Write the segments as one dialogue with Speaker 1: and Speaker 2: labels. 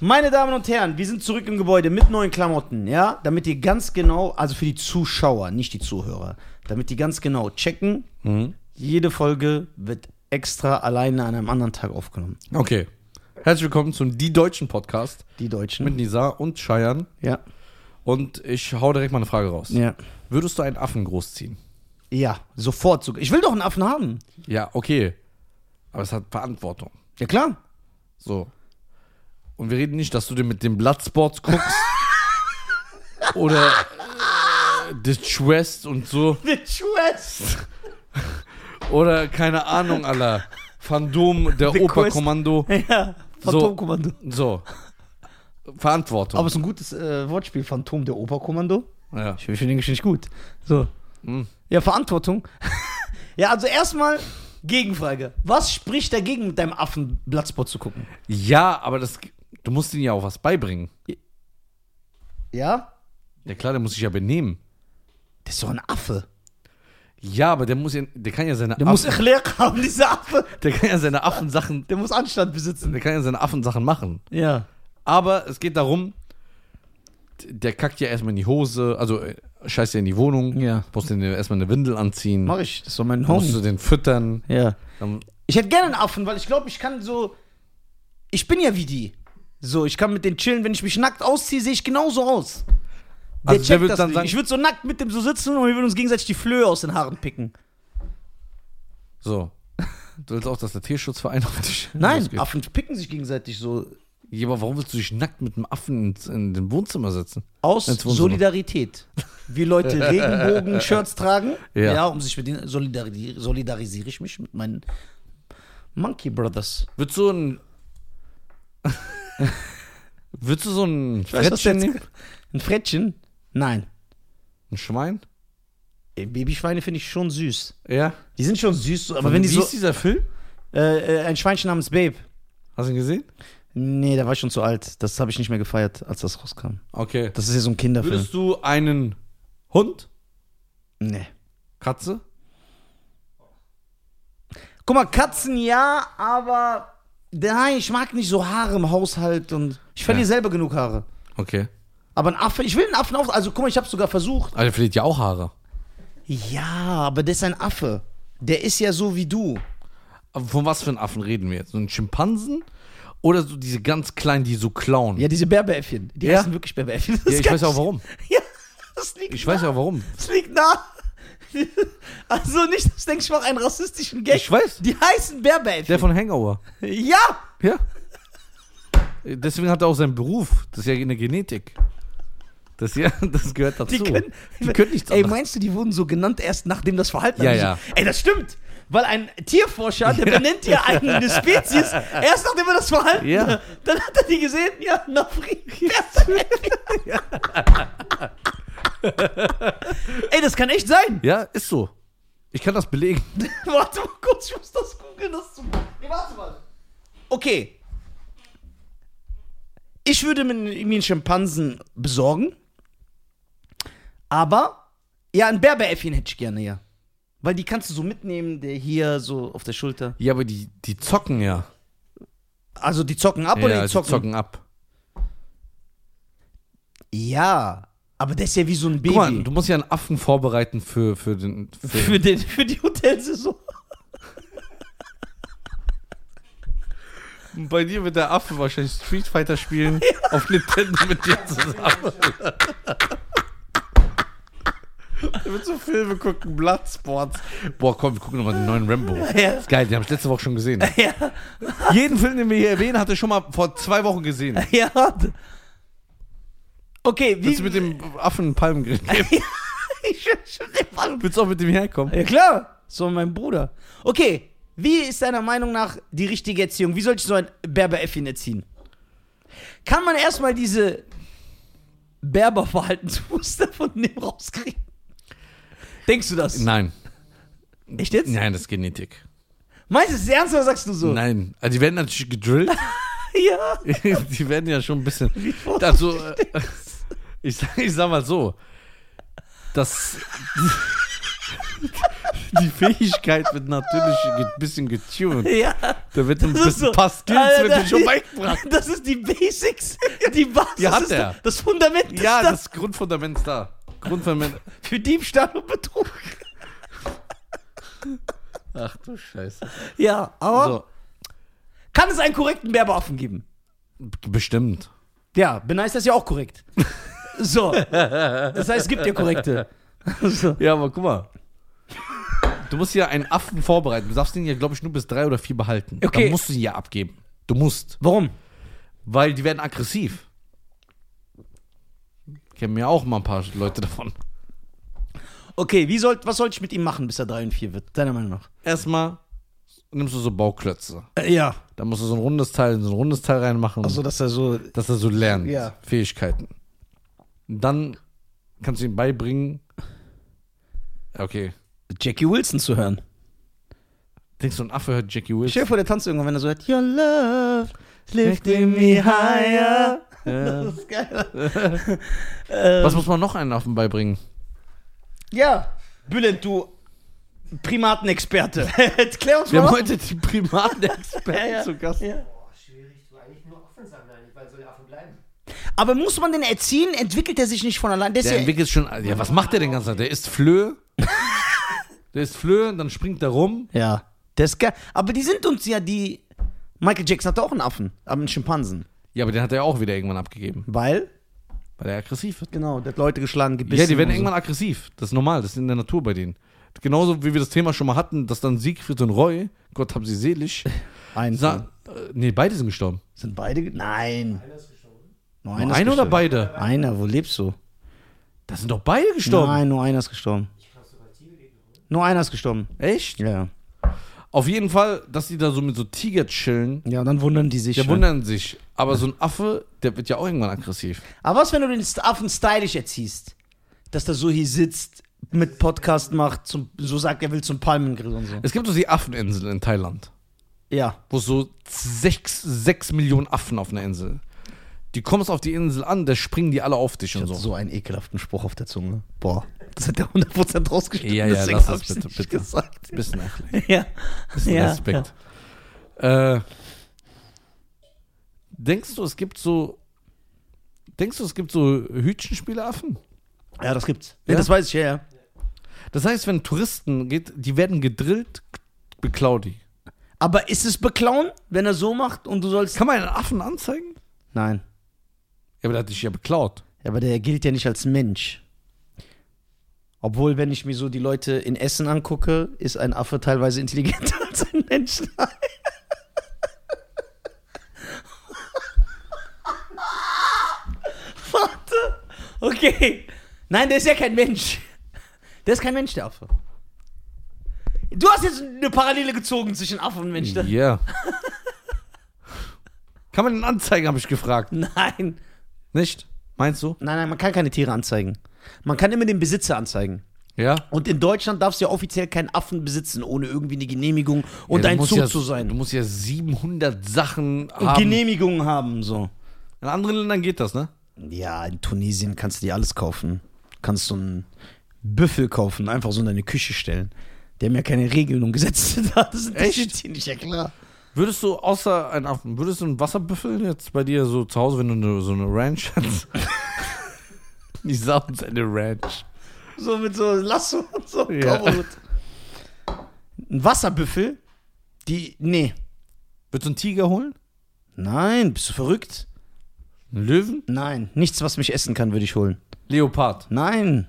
Speaker 1: Meine Damen und Herren, wir sind zurück im Gebäude mit neuen Klamotten, ja? Damit ihr ganz genau, also für die Zuschauer, nicht die Zuhörer, damit die ganz genau checken, jede Folge wird extra alleine an einem anderen Tag aufgenommen.
Speaker 2: Okay. Herzlich willkommen zum Die Deutschen Podcast
Speaker 1: Die Deutschen.
Speaker 2: mit Nisa und Cheyenne.
Speaker 1: ja.
Speaker 2: Und ich hau direkt mal eine Frage raus.
Speaker 1: Ja.
Speaker 2: Würdest du einen Affen großziehen?
Speaker 1: Ja, sofort sogar. Ich will doch einen Affen haben.
Speaker 2: Ja, okay. Aber es hat Verantwortung.
Speaker 1: Ja, klar.
Speaker 2: So. Und wir reden nicht, dass du dir mit dem Bloodsport guckst. oder äh, The Quest und so.
Speaker 1: Bitch West.
Speaker 2: Oder keine Ahnung, aller. Phantom, der
Speaker 1: The
Speaker 2: Operkommando.
Speaker 1: Ja, Phantomkommando.
Speaker 2: So. Verantwortung.
Speaker 1: Aber es ist ein gutes äh, Wortspiel, Phantom der Operkommando.
Speaker 2: ja.
Speaker 1: Ich finde den nicht gut. So.
Speaker 2: Hm.
Speaker 1: Ja, Verantwortung. ja, also erstmal Gegenfrage. Was spricht dagegen, mit deinem Affen Blattspot zu gucken?
Speaker 2: ja, aber das, du musst ihnen ja auch was beibringen.
Speaker 1: Ja?
Speaker 2: Ja klar, der muss sich ja benehmen.
Speaker 1: Das ist doch ein Affe.
Speaker 2: Ja, aber der muss ja, der kann ja seine
Speaker 1: Der muss Erklärung haben, dieser Affe.
Speaker 2: der kann ja seine Affensachen,
Speaker 1: Der muss Anstand besitzen.
Speaker 2: der kann ja seine Affensachen machen.
Speaker 1: Ja.
Speaker 2: Aber es geht darum, der kackt ja erstmal in die Hose, also äh, scheißt ja in die Wohnung,
Speaker 1: Ja.
Speaker 2: musst den erstmal eine Windel anziehen,
Speaker 1: Mach ich. Das ist doch mein
Speaker 2: dann musst du
Speaker 1: Homie.
Speaker 2: den füttern.
Speaker 1: Ja.
Speaker 2: Dann,
Speaker 1: Ich hätte gerne einen Affen, weil ich glaube, ich kann so. Ich bin ja wie die. So, ich kann mit denen chillen. Wenn ich mich nackt ausziehe, sehe ich genauso aus. Der
Speaker 2: Also der
Speaker 1: checkt
Speaker 2: wird
Speaker 1: das
Speaker 2: dann
Speaker 1: nicht.
Speaker 2: sagen-
Speaker 1: ich würde so nackt mit dem so sitzen und wir würden uns gegenseitig die Flöhe aus den Haaren picken.
Speaker 2: so. Du willst auch, dass der Tierschutzverein auf dich
Speaker 1: Nein,
Speaker 2: losgeht.
Speaker 1: Affen picken sich gegenseitig so
Speaker 2: Ja, aber warum willst du dich nackt mit dem Affen ins, in den Wohnzimmer setzen?
Speaker 1: aus
Speaker 2: Ins Wohnzimmer.
Speaker 1: Solidarität. Wie Leute Regenbogen-Shirts tragen, ja.
Speaker 2: Ja.
Speaker 1: um sich mit denen solidari solidarisiere ich mich mit meinen Monkey Brothers.
Speaker 2: Würdest du ein. Würdest du so ein
Speaker 1: Weißt du, was
Speaker 2: Frettchen
Speaker 1: jetzt-
Speaker 2: nehmen?
Speaker 1: Ein Frettchen? Nein.
Speaker 2: Ein Schwein?
Speaker 1: Ey, Babyschweine finde ich schon süß.
Speaker 2: Ja.
Speaker 1: Die sind schon süß, aber wenn die so.
Speaker 2: Also, ist dieser Film?
Speaker 1: Äh, äh, ein Schweinchen namens Babe.
Speaker 2: Hast du ihn gesehen?
Speaker 1: Nee, da war ich schon zu alt. Das habe ich nicht mehr gefeiert, als das rauskam.
Speaker 2: Okay.
Speaker 1: Das ist ja so ein Kinderfilm.
Speaker 2: Würdest du einen Hund,
Speaker 1: Nee.
Speaker 2: Katze?
Speaker 1: Guck mal, Katzen ja, aber. Nein, ich mag nicht so Haare im Haushalt und. Ich verliere selber genug Haare.
Speaker 2: Okay.
Speaker 1: Aber ein Affe, ich will einen Affen auf. Also guck mal, ich habe sogar versucht.
Speaker 2: Aber der verliert Also, ja auch Haare.
Speaker 1: Ja, aber der ist ein Affe. Der ist ja so wie du.
Speaker 2: Aber von was für einem Affen reden wir jetzt? So einen Schimpansen? Oder so diese ganz kleinen, die so klauen?
Speaker 1: Ja, diese Berberäffchen. Die
Speaker 2: Ja.
Speaker 1: heißen wirklich Berberäffchen. Das
Speaker 2: Ja, ich
Speaker 1: kann
Speaker 2: weiß auch warum.
Speaker 1: Ja, das liegt
Speaker 2: Ich weiß ja auch warum.
Speaker 1: Das liegt nah. Also nicht, dass du denkst, ich mache einen rassistischen Gag.
Speaker 2: Ich weiß.
Speaker 1: Die heißen Berberäffchen.
Speaker 2: Der von Hangover.
Speaker 1: Ja!
Speaker 2: Ja. Deswegen hat er auch seinen Beruf. Das ist ja eine Genetik. Das, ja, das gehört dazu.
Speaker 1: Die können,
Speaker 2: die können nichts
Speaker 1: Ey,
Speaker 2: anderes.
Speaker 1: meinst du, die wurden so genannt erst nachdem das Verhalten
Speaker 2: Ja,
Speaker 1: an sich-
Speaker 2: ja.
Speaker 1: Ey, das stimmt. Weil ein Tierforscher, der benennt ja eine Spezies, erst nachdem er das Verhalten,
Speaker 2: Ja.
Speaker 1: dann hat er die gesehen, ja, Nafri. Ey, das kann echt sein.
Speaker 2: Ja, ist so. Ich kann das belegen.
Speaker 1: warte mal kurz, ich muss das googeln, das zu. Nee, warte mal. Okay. Ich würde mir, mir einen Schimpansen besorgen. Aber, ja, ein Berberäffchen hätte ich gerne, ja. Weil die kannst du so mitnehmen, der hier so auf der Schulter.
Speaker 2: Ja, aber die, die zocken ja.
Speaker 1: Also die zocken ab oder
Speaker 2: ja,
Speaker 1: die zocken?
Speaker 2: Die zocken ab.
Speaker 1: Ja, aber das ist ja wie so ein Baby.
Speaker 2: Guck mal, du musst ja einen Affen vorbereiten für, für den. Für,
Speaker 1: für, den, für die Hotelsaison.
Speaker 2: bei dir wird der Affe wahrscheinlich Street Fighter spielen auf Nintendo mit dir zusammen. Da wird so Filme gucken, Bloodsports. Boah, komm, wir gucken nochmal den neuen Rambo.
Speaker 1: Ja.
Speaker 2: Ist geil, den habe ich letzte Woche schon gesehen.
Speaker 1: Ja,
Speaker 2: Jeden Film, den wir hier erwähnen, hat er schon mal vor zwei Wochen gesehen.
Speaker 1: ja. Okay,
Speaker 2: Willst du
Speaker 1: wie.
Speaker 2: mit dem Affen einen Palmengrill geben?
Speaker 1: Ich schwöre dir, Mann.
Speaker 2: Willst du auch mit dem herkommen?
Speaker 1: Ja klar, so mein Bruder. Okay, wie ist deiner Meinung nach die richtige Erziehung? Wie soll ich so ein Berberäffchen erziehen? Kann man erstmal diese Berberverhaltensmuster von dem rauskriegen? Denkst du das?
Speaker 2: Nein.
Speaker 1: Echt jetzt?
Speaker 2: Nein, das ist Genetik.
Speaker 1: Meinst du es ernst oder sagst du so?
Speaker 2: Nein. Also die werden natürlich gedrillt.
Speaker 1: Ja.
Speaker 2: die werden ja schon ein bisschen.
Speaker 1: vorsichtig
Speaker 2: Also, äh, ich, sag- ich sag mal so. Das. die Fähigkeit wird natürlich ein bisschen getuned.
Speaker 1: Ja.
Speaker 2: Da wird ein
Speaker 1: Das ist
Speaker 2: bisschen
Speaker 1: so.
Speaker 2: paar Skills
Speaker 1: Alter,
Speaker 2: wird dir schon
Speaker 1: die-
Speaker 2: beigebracht.
Speaker 1: Das ist die Basics, die Basis,
Speaker 2: Die hat
Speaker 1: ist
Speaker 2: er.
Speaker 1: das Fundament ist
Speaker 2: Ja,
Speaker 1: da
Speaker 2: das Grundfundament ist da. Grundfundament.
Speaker 1: für Diebstahl und Betrug.
Speaker 2: Ach du Scheiße.
Speaker 1: Ja, aber
Speaker 2: So,
Speaker 1: kann es einen korrekten Werbeaffen geben?
Speaker 2: bestimmt.
Speaker 1: Ja, beneist das ja auch korrekt. so. Das heißt, es gibt ja korrekte. so.
Speaker 2: Ja, aber guck mal. Du musst ja einen Affen vorbereiten. Du darfst ihn ja, glaube ich, nur bis drei oder vier behalten.
Speaker 1: Okay.
Speaker 2: Dann musst du ihn ja abgeben. Du musst.
Speaker 1: Warum?
Speaker 2: Weil die werden aggressiv. Kennen mir auch mal ein paar Leute davon.
Speaker 1: Okay, wie soll, was sollte ich mit ihm machen, bis er 3 und 4 wird, deiner Meinung nach?
Speaker 2: Erstmal nimmst du so Bauklötze.
Speaker 1: Äh, ja.
Speaker 2: Da musst du so ein rundes Teil in so ein rundes Teil reinmachen,
Speaker 1: Also, dass er so.
Speaker 2: dass er so lernt.
Speaker 1: Ja.
Speaker 2: Fähigkeiten. Dann kannst du ihm beibringen. Okay.
Speaker 1: Jackie Wilson zu hören.
Speaker 2: Denkst du, ein Affe hört Jackie
Speaker 1: Ich stell
Speaker 2: Wilson?
Speaker 1: dir vor, der tanzt irgendwann, wenn er so hört, Your love is lifting me higher.
Speaker 2: Ja.
Speaker 1: ist geil.
Speaker 2: Was muss man noch einen Affen beibringen?
Speaker 1: Ja, Bülent, du Primatenexperte. Klär uns
Speaker 2: Wir
Speaker 1: mal.
Speaker 2: haben
Speaker 1: auf.
Speaker 2: heute die Primatenexperten
Speaker 1: Ja, ja.
Speaker 2: zu Gast.
Speaker 1: Ja.
Speaker 3: Boah, schwierig. Du eigentlich nur Affen sammeln, eigentlich, weil soll der Affe bleiben.
Speaker 1: Aber muss man den erziehen? Entwickelt er sich nicht von allein? Der ist
Speaker 2: Der
Speaker 1: ja,
Speaker 2: entwickelt schon. Ja, was macht der den ganzen Tag? Der isst Flöhe. der isst Flöhe, dann springt er rum.
Speaker 1: ja, der ist geil. Aber die sind uns ja die. Michael Jackson hatte auch einen Affen, aber einen Schimpansen.
Speaker 2: Ja, aber den hat er ja auch wieder irgendwann abgegeben,
Speaker 1: Weil?
Speaker 2: weil er aggressiv wird.
Speaker 1: Genau, der hat Leute geschlagen, gebissen.
Speaker 2: Ja, die werden
Speaker 1: und so.
Speaker 2: irgendwann aggressiv. Das ist normal, das ist in der Natur bei denen. Genauso wie wir das Thema schon mal hatten, dass dann Siegfried und Roy, Gott hab sie selig,
Speaker 1: Ein,
Speaker 2: sa- äh, nee, beide sind gestorben.
Speaker 1: Sind beide? ge- Nein.
Speaker 3: Einer ist gestorben.
Speaker 1: Nur
Speaker 2: Nur
Speaker 1: ist
Speaker 2: einer oder
Speaker 1: gestorben.
Speaker 2: beide?
Speaker 1: Einer, wo lebst du?
Speaker 2: Da sind doch beide gestorben.
Speaker 1: Nein, nur einer ist gestorben.
Speaker 3: Ich kann sogar Tiere gegen holen.
Speaker 1: Nur einer ist gestorben.
Speaker 2: Echt?
Speaker 1: Ja, ja.
Speaker 2: Auf jeden Fall, dass die da so mit so Tiger chillen,
Speaker 1: Ja, und dann wundern die sich.
Speaker 2: die
Speaker 1: schon.
Speaker 2: wundern sich. Aber so ein Affe, der wird ja auch irgendwann aggressiv.
Speaker 1: Aber was, wenn du den Affen stylisch erziehst? Dass der so hier sitzt, mit Podcast macht, zum, so sagt, er will zum Palmengrill und so.
Speaker 2: Es gibt so die Affeninsel in Thailand,
Speaker 1: Ja.
Speaker 2: wo es so sechs, sechs Millionen Affen auf einer Insel. Die kommst auf die Insel an, da springen die alle auf dich und
Speaker 1: So.
Speaker 2: so.
Speaker 1: so einen ekelhaften Spruch auf der Zunge. Boah, das hat der 100% rausgeschnitten.
Speaker 2: Ja, ja,
Speaker 1: deswegen
Speaker 2: lass
Speaker 1: hab
Speaker 2: das
Speaker 1: ich's
Speaker 2: bitte,
Speaker 1: nicht
Speaker 2: bitte.
Speaker 1: gesagt.
Speaker 2: Bisschen, nach-
Speaker 1: Ja.
Speaker 2: bisschen
Speaker 1: Ja,
Speaker 2: Respekt. Äh, denkst du, es gibt so. Denkst du, es gibt so Hütchenspieleraffen?
Speaker 1: Ja. ja, das gibt's. Ja,
Speaker 2: Ja?
Speaker 1: das weiß ich, ja, ja.
Speaker 2: Das heißt, wenn Touristen geht, die werden gedrillt, k- beklau die.
Speaker 1: Aber ist es beklauen, wenn er so macht und du sollst.
Speaker 2: Kann man einen Affen anzeigen?
Speaker 1: Nein.
Speaker 2: Ja, aber der hat dich ja beklaut.
Speaker 1: Ja, aber der gilt ja nicht als Mensch. Obwohl, wenn ich mir so die Leute in Essen angucke, ist ein Affe teilweise intelligenter als ein Mensch. Warte. Okay. Nein, der ist ja kein Mensch. Der ist kein Mensch, der Affe. Du hast jetzt eine Parallele gezogen zwischen Affe und Mensch.
Speaker 2: Ja. Kann man den anzeigen, habe ich gefragt.
Speaker 1: Nein.
Speaker 2: Nicht? Meinst du?
Speaker 1: Nein, nein, man kann keine Tiere anzeigen. Man kann immer den Besitzer anzeigen.
Speaker 2: Ja.
Speaker 1: Und in Deutschland darfst du ja offiziell keinen Affen besitzen, ohne irgendwie eine Genehmigung und
Speaker 2: ja, du
Speaker 1: ein
Speaker 2: musst
Speaker 1: Zoo
Speaker 2: ja,
Speaker 1: zu
Speaker 2: Du
Speaker 1: sein.
Speaker 2: musst ja 700 Sachen
Speaker 1: Und
Speaker 2: haben.
Speaker 1: Genehmigungen haben, so.
Speaker 2: In anderen Ländern geht das, ne?
Speaker 1: Ja, in Tunesien kannst du dir alles kaufen. Kannst so einen Büffel kaufen, einfach so in deine Küche stellen. Die haben ja keine Regeln und Gesetze da. Das sind
Speaker 2: Echt?
Speaker 1: die nicht, ja klar.
Speaker 2: Würdest du, außer einen Affen, würdest du einen Wasserbüffel jetzt bei dir so zu Hause, wenn du ne- so eine Ranch hast? ich sag uns eine Ranch.
Speaker 1: So mit so Lasso und so.
Speaker 2: Ja.
Speaker 1: Kommod. Ein Wasserbüffel? Die, nee.
Speaker 2: Würdest du einen Tiger holen?
Speaker 1: Nein, bist du verrückt?
Speaker 2: Einen Löwen?
Speaker 1: Nein, nichts, was mich essen kann, würde ich holen.
Speaker 2: Leopard?
Speaker 1: Nein,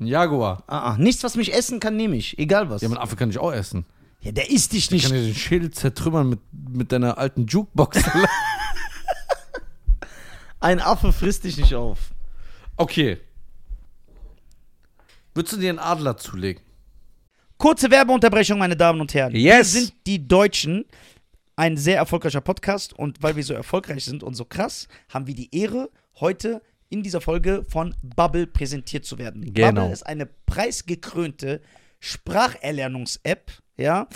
Speaker 2: Einen Jaguar?
Speaker 1: ah, ah. nichts, was mich essen kann, nehme ich. Egal was.
Speaker 2: Ja, aber einen Affe kann ich auch essen.
Speaker 1: Ja, der isst dich
Speaker 2: Ich
Speaker 1: nicht.
Speaker 2: kann dir den Schädel zertrümmern mit, mit deiner alten Jukebox.
Speaker 1: Ein Affe frisst dich nicht auf.
Speaker 2: okay. Würdest du dir einen Adler zulegen?
Speaker 1: Kurze Werbeunterbrechung, meine Damen und Herren.
Speaker 2: Yes.
Speaker 1: Wir sind die Deutschen. Ein sehr erfolgreicher Podcast. Und weil wir so erfolgreich sind und so krass, haben wir die Ehre, heute in dieser Folge von Bubble präsentiert zu werden.
Speaker 2: Genau.
Speaker 1: Bubble ist eine preisgekrönte Spracherlernungs-App, ja,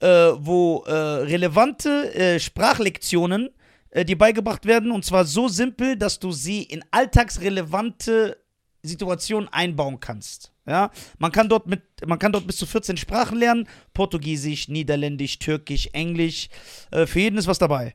Speaker 1: äh, wo äh, relevante äh, Sprachlektionen äh, dir beigebracht werden. Und zwar so simpel, dass du sie in alltagsrelevante Situationen einbauen kannst. Ja, man kann dort mit, man kann dort bis zu 14 Sprachen lernen: Portugiesisch, Niederländisch, Türkisch, Englisch. Äh, für jeden ist was dabei.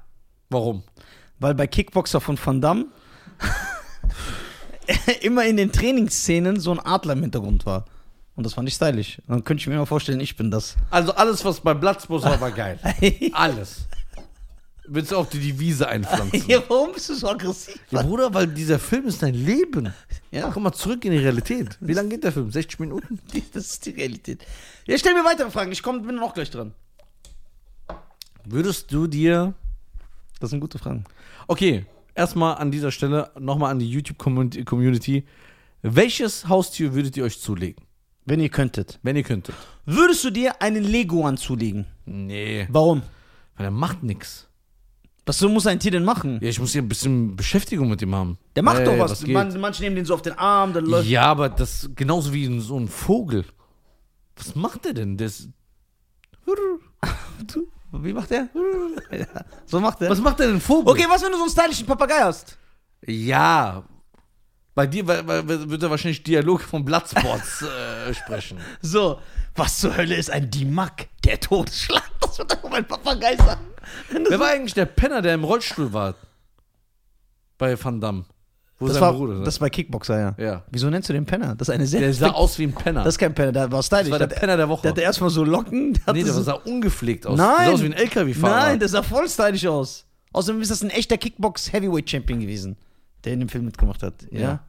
Speaker 2: Warum?
Speaker 1: Weil bei Kickboxer von Van Damme immer in den Trainingsszenen so ein Adler im Hintergrund war. Und das fand ich stylisch. Und Dann könnte ich mir mal vorstellen, ich bin das.
Speaker 2: Also alles, was bei Platzbus war, war geil. Alles. Willst du auch die Devise einpflanzen?
Speaker 1: Ja, warum bist du so aggressiv?
Speaker 2: Ja, Bruder, weil dieser Film ist dein Leben.
Speaker 1: Ja.
Speaker 2: Komm mal zurück in die Realität. Wie lange geht der Film? 60 Minuten?
Speaker 1: Das ist die Realität. Ja, stell mir weitere Fragen. Ich komm, bin dann auch gleich dran.
Speaker 2: Würdest du dir.
Speaker 1: Das sind gute Fragen.
Speaker 2: Okay, erstmal an dieser Stelle nochmal an die YouTube-Community. Welches Haustier würdet ihr euch zulegen,
Speaker 1: Wenn ihr könntet.
Speaker 2: wenn ihr könntet?
Speaker 1: Würdest du dir einen Leguan zulegen?
Speaker 2: Nee.
Speaker 1: Warum?
Speaker 2: Weil er macht nichts.
Speaker 1: Was so muss ein Tier denn machen?
Speaker 2: Ja, ich muss hier ein bisschen Beschäftigung mit ihm haben.
Speaker 1: Der macht
Speaker 2: Ey,
Speaker 1: doch was.
Speaker 2: geht?
Speaker 1: Man, manche nehmen den so auf den Arm, dann läuft.
Speaker 2: ja, aber das genauso wie so ein Vogel. Was macht der denn? Der ist,
Speaker 1: Wie macht der? ja. So macht er.
Speaker 2: was macht der denn Vogel?
Speaker 1: Okay, was, wenn du so einen stylischen Papagei hast?
Speaker 2: Ja. Bei dir weil- weil- wird er wahrscheinlich Dialoge von Bloodsports äh, sprechen.
Speaker 1: So, was zur Hölle ist ein Dimak? Der Todesschlag, das wird doch mein Papagei sagen.
Speaker 2: Wer war eigentlich der Penner, der im Rollstuhl war? Bei Van Damme. Wo
Speaker 1: Das
Speaker 2: sein
Speaker 1: war,
Speaker 2: Bruder
Speaker 1: das war Kickboxer, ja.
Speaker 2: Ja.
Speaker 1: Wieso nennst du den Penner? Das ist eine
Speaker 2: Der
Speaker 1: sehr.
Speaker 2: sah aus wie ein Penner.
Speaker 1: das ist kein Penner, der war stylisch.
Speaker 2: Das war der
Speaker 1: Der hat-
Speaker 2: Penner der Woche.
Speaker 1: Der hatte erstmal so Locken. Der hatte
Speaker 2: nee, der
Speaker 1: so,
Speaker 2: sah ungepflegt aus. Der
Speaker 1: Nein!
Speaker 2: sah aus wie ein LKW-Fahrer.
Speaker 1: Nein, der sah voll stylisch aus. Außerdem ist das ein echter Kickbox-Heavyweight-Champion gewesen, der in dem Film mitgemacht hat. Ja.
Speaker 2: Ja.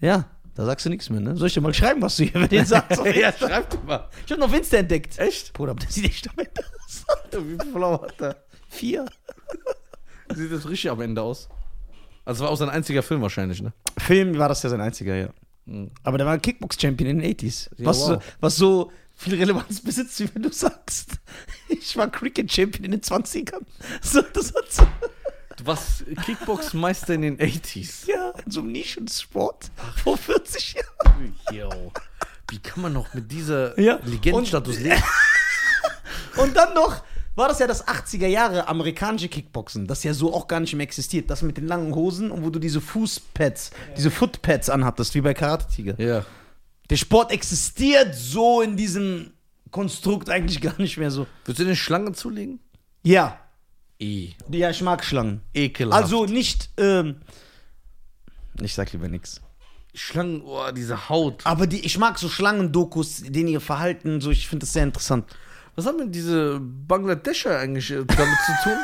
Speaker 1: Ja, da sagst du nichts mehr, ne? Soll ich dir mal schreiben, was du hier über den sagst?
Speaker 2: ja, schreib doch mal.
Speaker 1: Ich hab noch Insta entdeckt.
Speaker 2: Echt?
Speaker 1: Bruder, aber der sieht echt damit aus.
Speaker 2: Wie blau hat er?
Speaker 1: Vier.
Speaker 2: Sieht das richtig am Ende aus? Also war auch sein einziger Film wahrscheinlich, ne?
Speaker 1: Film war das ja sein einziger, ja. Aber der war ein Kickbox-Champion in den 80s.
Speaker 2: Hm. Ja,
Speaker 1: was,
Speaker 2: wow.
Speaker 1: so, was so viel Relevanz besitzt, wie wenn du sagst, ich war Cricket-Champion in den 20ern. So, das hat so,
Speaker 2: Du warst Kickbox-Meister in den 80s.
Speaker 1: ja, in so einem Nischensport vor 40 Jahren.
Speaker 2: Yo. Wie kann man noch mit dieser
Speaker 1: Ja.
Speaker 2: Legendenstatus leben?
Speaker 1: Und dann noch war das ja das 80er-Jahre amerikanische Kickboxen, das ja so auch gar nicht mehr existiert. Das mit den langen Hosen und wo du diese Fußpads, diese Footpads anhattest, wie bei Karate-Tiger.
Speaker 2: Ja.
Speaker 1: Der Sport existiert so in diesem Konstrukt eigentlich gar nicht mehr so.
Speaker 2: Würdest du den Schlangen zulegen?
Speaker 1: Ja,
Speaker 2: I.
Speaker 1: ja, ich mag Schlangen.
Speaker 2: Ekelhaft.
Speaker 1: Also nicht, ähm, ich sag lieber nix.
Speaker 2: Schlangen, oh, diese Haut.
Speaker 1: Aber die, ich mag so Schlangendokus, denen ihr Verhalten, so, ich finde das sehr interessant.
Speaker 2: Was haben denn diese Bangladescher eigentlich äh, damit zu tun?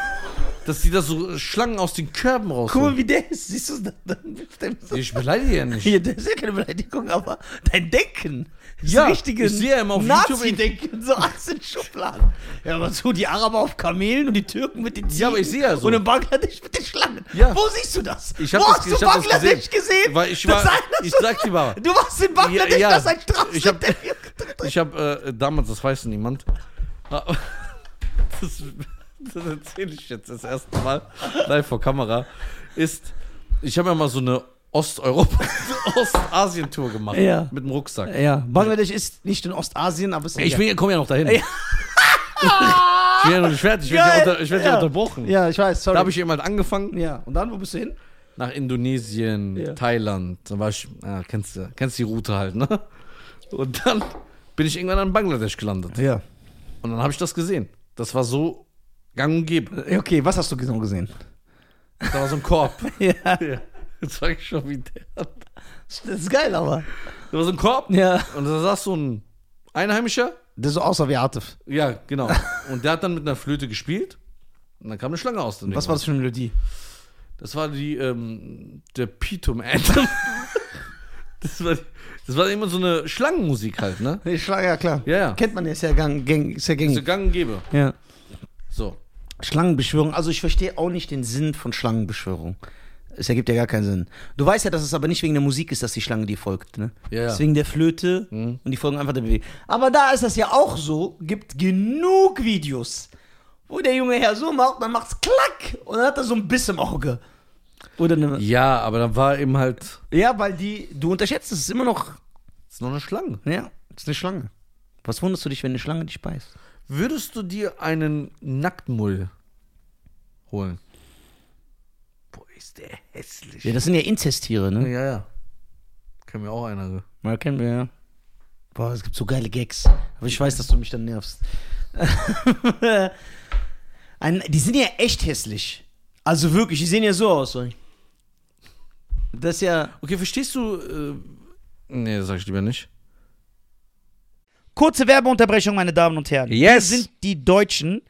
Speaker 2: Dass die da so Schlangen aus den Körben
Speaker 1: Guck
Speaker 2: rausholen.
Speaker 1: mal, wie der ist, siehst du? Dann wirft er mir so-
Speaker 2: Ich beleidige ja nicht.
Speaker 1: Hier, das ist ja keine Beleidigung, aber dein Denken. Das
Speaker 2: Ja,
Speaker 1: richtige
Speaker 2: ich sehe immer auf YouTube-
Speaker 1: Nazi-Denken, so alles in Schubladen. Ja, aber so die Araber auf Kamelen und die Türken mit den Ziegen.
Speaker 2: aber ich sehe ja so.
Speaker 1: Und in Bangladesch mit den Schlangen.
Speaker 2: Ja.
Speaker 1: Wo siehst du das?
Speaker 2: Ich hab
Speaker 1: Wo
Speaker 2: das-
Speaker 1: hast
Speaker 2: ich
Speaker 1: du
Speaker 2: hab das
Speaker 1: Bangladesch
Speaker 2: gesehen.
Speaker 1: gesehen?
Speaker 2: Weil ich
Speaker 1: Das
Speaker 2: war-
Speaker 1: sagt das
Speaker 2: ich
Speaker 1: so
Speaker 2: sag dir mal.
Speaker 1: Du warst in Bangladesch,
Speaker 2: Ja, ja.
Speaker 1: das ist ein Strafzettel.
Speaker 2: Ich hab- Ich habe äh, damals, das weiß niemand. Ah, Das, das erzähle ich jetzt das erste Mal live vor Kamera. Ist, ich habe ja mal so eine Osteuropa, Ostasien-Tour gemacht
Speaker 1: Ja.
Speaker 2: mit dem Rucksack.
Speaker 1: ja, Bangladesch ist nicht in Ostasien, aber ist
Speaker 2: Ich bin, komm ja noch dahin.
Speaker 1: Ja.
Speaker 2: Ich werde nicht fertig, ich werde
Speaker 3: Geil.
Speaker 2: ja unter, ich werde ja
Speaker 3: Ja.
Speaker 2: unterbrochen.
Speaker 3: Ja, ich weiß, sorry.
Speaker 2: Da habe ich jemand angefangen.
Speaker 3: ja, und dann, wo bist du hin?
Speaker 2: Nach Indonesien,
Speaker 3: Ja.
Speaker 2: Thailand. Da war ich, ah, kennst du, kennst die Route halt, ne? Und dann bin ich irgendwann in Bangladesch gelandet.
Speaker 3: Ja.
Speaker 2: Und dann habe ich das gesehen. Das war so gang und gäbe.
Speaker 3: Okay, was hast du genau gesehen?
Speaker 2: Da war so ein Korb.
Speaker 3: Ja,
Speaker 2: Jetzt sag ich schon, wie der. Da
Speaker 3: das ist geil, aber.
Speaker 2: war so ein Korb.
Speaker 3: Ja.
Speaker 2: Und da saß so ein Einheimischer.
Speaker 3: Das ist so außer wie Artif.
Speaker 2: Ja, genau. Und der hat dann mit einer Flöte gespielt. Und dann kam eine Schlange aus dem
Speaker 3: Was war das für eine Melodie?
Speaker 2: Das war die, ähm, der Pitum Anthem. das, war, das war immer so eine Schlangenmusik halt, ne?
Speaker 3: Nee, Schlange, ja klar.
Speaker 2: Ja, ja.
Speaker 3: Kennt man, ist ja, gang, gang, ist ja
Speaker 2: So
Speaker 3: gängig.
Speaker 2: gang und gäbe.
Speaker 3: Ja.
Speaker 2: So.
Speaker 3: Schlangenbeschwörung, also ich verstehe auch nicht den Sinn von Schlangenbeschwörung. Es ergibt ja gar keinen Sinn. Du weißt ja, dass es aber nicht wegen der Musik ist, dass die Schlange dir folgt, ne?
Speaker 2: Ja, Mhm. ja.
Speaker 3: Es ist wegen der Flöte und die folgen einfach der Bewegung. Aber da ist das ja auch so, gibt genug Videos, wo der junge Herr so macht, dann macht's klack und dann hat er so ein Biss im Auge. Oder ne,
Speaker 2: Ja, aber da war eben halt.
Speaker 3: ja, weil die, du unterschätzt es, es ist immer noch,
Speaker 2: Das ist noch eine Schlange.
Speaker 3: ja, es ist eine Schlange. Was wunderst du dich, wenn eine Schlange dich beißt?
Speaker 2: Würdest du dir einen Nacktmull holen? Boah, ist der hässlich.
Speaker 3: Ja, das sind ja Inzesttiere, ne?
Speaker 2: Ja, ja. Kann mir auch einer.
Speaker 3: Ja, kennen wir, ja. Boah, es gibt so geile Gags. Aber ich weiß, dass du mich dann nervst. Ein, die sind ja echt hässlich. Also wirklich, die sehen ja so aus. so. Das ist ja.
Speaker 2: Okay, verstehst du. Äh, nee, das sag ich lieber nicht.
Speaker 3: Kurze Werbeunterbrechung, meine Damen und Herren.
Speaker 4: Yes.
Speaker 3: Wir sind die Deutschen.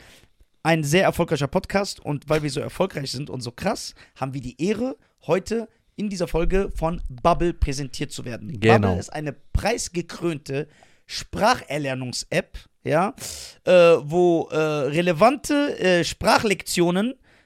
Speaker 3: Ein sehr erfolgreicher Podcast. Und weil wir so erfolgreich sind und so krass, haben wir die Ehre, heute in dieser Folge von Bubble präsentiert zu werden.
Speaker 4: Genau.
Speaker 3: Bubble ist eine preisgekrönte Spracherlernungs-App, ja, äh, wo äh, relevante äh, Sprachlektionen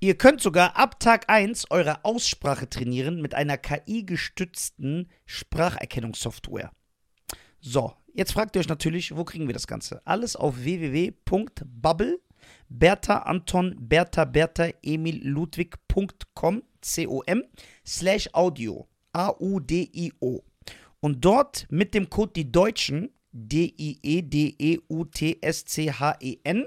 Speaker 3: Ihr könnt sogar ab Tag 1 eure Aussprache trainieren mit einer KI-gestützten Spracherkennungssoftware. So, jetzt fragt ihr euch natürlich, wo kriegen wir das Ganze? Alles auf www.bubble, Bertha Anton, Bertha Bertha Emil Ludwig.com, C-O-M, slash Audio, A-U-D-I-O. Und dort mit dem Code die Deutschen, E D-I-E-D-E-U-T-S-C-H-E-N,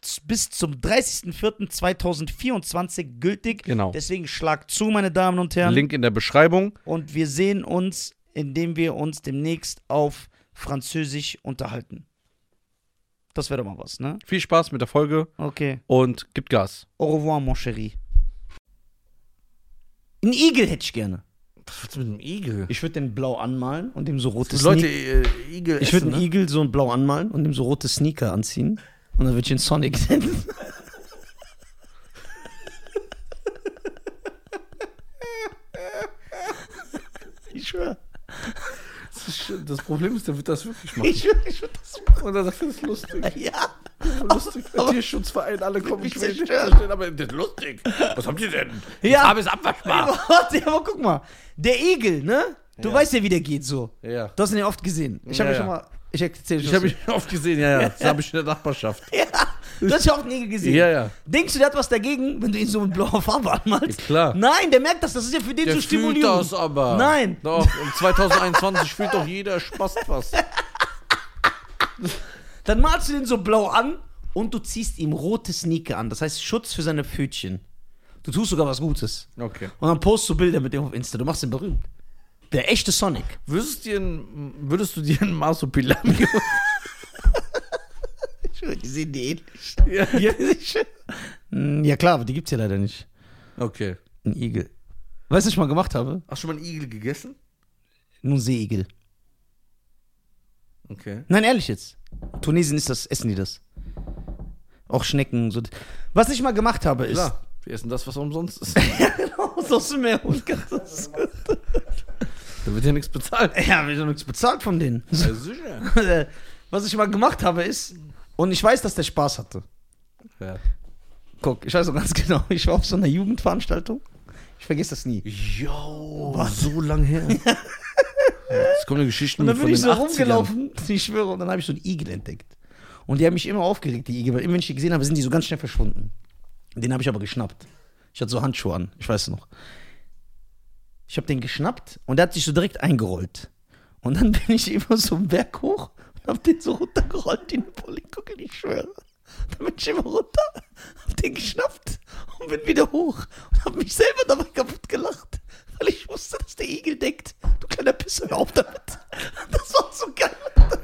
Speaker 3: z- bis zum 30.04.2024 gültig.
Speaker 4: Genau.
Speaker 3: Deswegen schlag zu, meine Damen und Herren.
Speaker 4: Link in der Beschreibung.
Speaker 3: Und wir sehen uns, indem wir uns demnächst auf Französisch unterhalten. Das wäre doch mal was, ne?
Speaker 4: Viel Spaß mit der Folge
Speaker 3: Okay.
Speaker 4: und gibt Gas.
Speaker 3: Au revoir, mon chéri. Ein Igel hätte ich gerne.
Speaker 2: Was willst du mit einem Igel?
Speaker 3: Ich würde den blau anmalen und dem so rotes
Speaker 2: Leute, äh, Igel.
Speaker 3: Ich würde
Speaker 2: essen,
Speaker 3: einen Igel so blau anmalen und ihm so rote Sneaker anziehen. Und dann würde ich ihn Sonic nennen. Ich schwöre.
Speaker 2: ne? Das Problem ist, der wird das wirklich machen.
Speaker 3: Ich schwöre, ich schwöre das.
Speaker 2: Und dann sagt er, das ist lustig.
Speaker 3: Ja.
Speaker 2: Lustig, der Tierschutzverein, alle kommen
Speaker 3: mich
Speaker 2: ich will nicht
Speaker 3: zerstören.
Speaker 2: verstehen, aber das ist lustig. Was habt ihr denn?
Speaker 3: Ja.
Speaker 2: Farbe ist abwaschbar.
Speaker 3: Warte, aber guck mal. Der Igel, ne? Du
Speaker 2: Ja.
Speaker 3: weißt ja, wie der geht so.
Speaker 2: Ja.
Speaker 3: Du hast ihn ja oft gesehen. Ich habe
Speaker 2: Ja,
Speaker 3: ihn schon
Speaker 2: ja.
Speaker 3: mal. Ich erzähle
Speaker 2: Ich habe ihn oft gesehen, ja, ja. Das habe ich in der Nachbarschaft.
Speaker 3: Ja. Du hast ja oft einen Igel gesehen.
Speaker 2: Ja, ja.
Speaker 3: Denkst du, der hat was dagegen, wenn du ihn so mit blauer Farbe anmalst?
Speaker 2: Ja, klar.
Speaker 3: Nein, der merkt das. Das ist ja für den
Speaker 2: Der
Speaker 3: zur
Speaker 2: fühlt
Speaker 3: Stimulierung.
Speaker 2: das aber.
Speaker 3: Nein.
Speaker 2: Doch, um 2021 fühlt doch jeder Spaß was.
Speaker 3: Dann malst du den so blau an und du ziehst ihm rote Sneaker an. Das heißt Schutz für seine Pfötchen. Du tust sogar was Gutes.
Speaker 2: Okay.
Speaker 3: Und dann postest du Bilder mit dem auf Insta. Du machst ihn berühmt. Der echte Sonic.
Speaker 2: Würdest, dir ein, würdest du dir einen Masopilami
Speaker 3: Die sehen die eh ähnlich.
Speaker 2: ja.
Speaker 3: Hm, Ja klar, aber die gibt's ja leider nicht.
Speaker 2: Okay.
Speaker 3: Ein Igel. Weißt du, was ich mal gemacht habe?
Speaker 2: Hast du schon mal einen Igel gegessen?
Speaker 3: Nur Seeigel.
Speaker 2: Okay.
Speaker 3: Nein, ehrlich jetzt. Tunesien ist das, essen die das. Auch Schnecken. So. Was ich mal gemacht habe ist.
Speaker 2: Klar, wir essen das, was umsonst ist.
Speaker 3: Aus aus dem Meer und Katastrophe.
Speaker 2: Da wird ja nichts bezahlt.
Speaker 3: Ja, wir haben nichts bezahlt von denen.
Speaker 2: Ja, sicher.
Speaker 3: Äh, Was ich mal gemacht habe ist, und ich weiß, dass der Spaß hatte.
Speaker 2: Ja.
Speaker 3: Guck, ich weiß noch ganz genau, ich war auf so einer Jugendveranstaltung. Ich vergesse das nie.
Speaker 2: Yo, so lang her. Jetzt kommen die Geschichten
Speaker 3: Und dann
Speaker 2: von
Speaker 3: bin
Speaker 2: den
Speaker 3: ich so
Speaker 2: 80ern.
Speaker 3: rumgelaufen, ich schwöre, und dann habe ich so einen Igel entdeckt. Und die haben mich immer aufgeregt, die Igel, weil immer wenn ich die gesehen habe, sind die so ganz schnell verschwunden. Den habe ich aber geschnappt. Ich hatte so Handschuhe an, ich weiß noch. Ich habe den geschnappt und der hat sich so direkt eingerollt. Und dann bin ich immer so einen Berg hoch und habe den so runtergerollt, die Napolikugel, ich schwöre. Dann bin ich immer runter, habe den geschnappt und bin wieder hoch und habe mich selber dabei kaputt gelacht, weil ich wusste, dass der Igel denkt, du kleiner Pisser, hör auf damit. Das war so geil.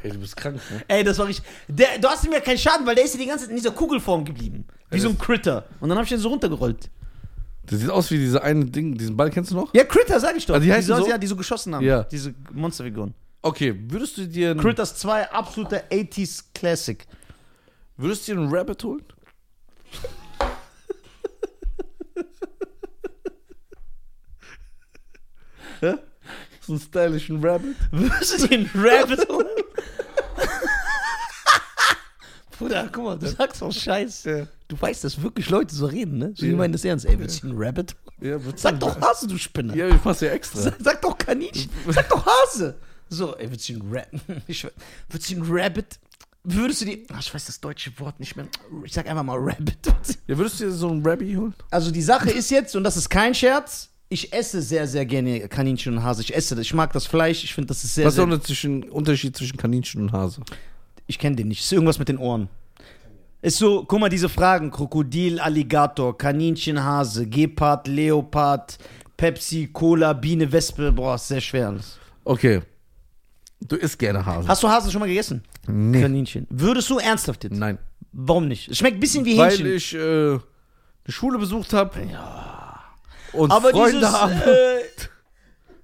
Speaker 2: Ey, du bist krank, ne?
Speaker 3: Ey, das war richtig. Der, du hast ihm ja keinen Schaden, weil der ist ja die ganze Zeit in dieser Kugelform geblieben. Wie so ein Critter. Und dann habe ich den so runtergerollt.
Speaker 2: Das sieht aus wie diese eine Ding, diesen Ball kennst du noch?
Speaker 3: Ja, Critter, sag ich doch.
Speaker 2: Also die heißen
Speaker 3: soll-
Speaker 2: so?
Speaker 3: ja, die so geschossen haben.
Speaker 2: Ja.
Speaker 3: Diese Monsterfiguren.
Speaker 2: Okay, würdest du dir einen,
Speaker 3: Critters 2, absoluter 80s Classic.
Speaker 2: würdest du dir einen Rabbit holen? Hä? so einen stylischen Rabbit?
Speaker 3: Würdest du den Rabbit holen? Bruder, guck mal, du sagst auch Scheiße. Du weißt, dass wirklich Leute so reden, ne? So, die
Speaker 2: Ja.
Speaker 3: meinen das ernst. Ey, willst du den Rabbit holen?
Speaker 2: Ja, würdest
Speaker 3: Sag
Speaker 2: du-
Speaker 3: doch Hase, du Spinner.
Speaker 2: Ja, ich mach's ja extra.
Speaker 3: Sag, sag doch Kaninchen. Sag doch Hase. So, ey, würdest du den Rabbit. Würdest du den Rabbit. Würdest du die. Ach, ich weiß das deutsche Wort nicht mehr. Ich sag einfach mal Rabbit.
Speaker 2: Ja, würdest du dir so einen Rabbit holen?
Speaker 3: Also die Sache ist jetzt, und das ist kein Scherz, ich esse sehr, sehr gerne Kaninchen und Hase. Ich esse das. Ich mag das Fleisch. Ich finde, das ist sehr.
Speaker 2: Was ist
Speaker 3: sehr
Speaker 2: der zwischen, Unterschied zwischen Kaninchen und Hase?
Speaker 3: ich kenne den nicht. Ist irgendwas mit den Ohren. Ist so, guck mal, diese Fragen: Krokodil, Alligator, Kaninchen, Hase, Gepard, Leopard, Pepsi, Cola, Biene, Wespe. Boah, ist sehr schwer alles.
Speaker 2: Okay. Du isst gerne Hase.
Speaker 3: Hast du Hasen schon mal gegessen? Nee. Kaninchen. Würdest du ernsthaft jetzt?
Speaker 2: Nein.
Speaker 3: Warum nicht? Es schmeckt ein bisschen wie
Speaker 2: Weil
Speaker 3: Hähnchen.
Speaker 2: ich äh, eine Schule besucht habe. Ja. Und
Speaker 3: aber
Speaker 2: Freunde
Speaker 3: dieses,
Speaker 2: habe.
Speaker 3: äh,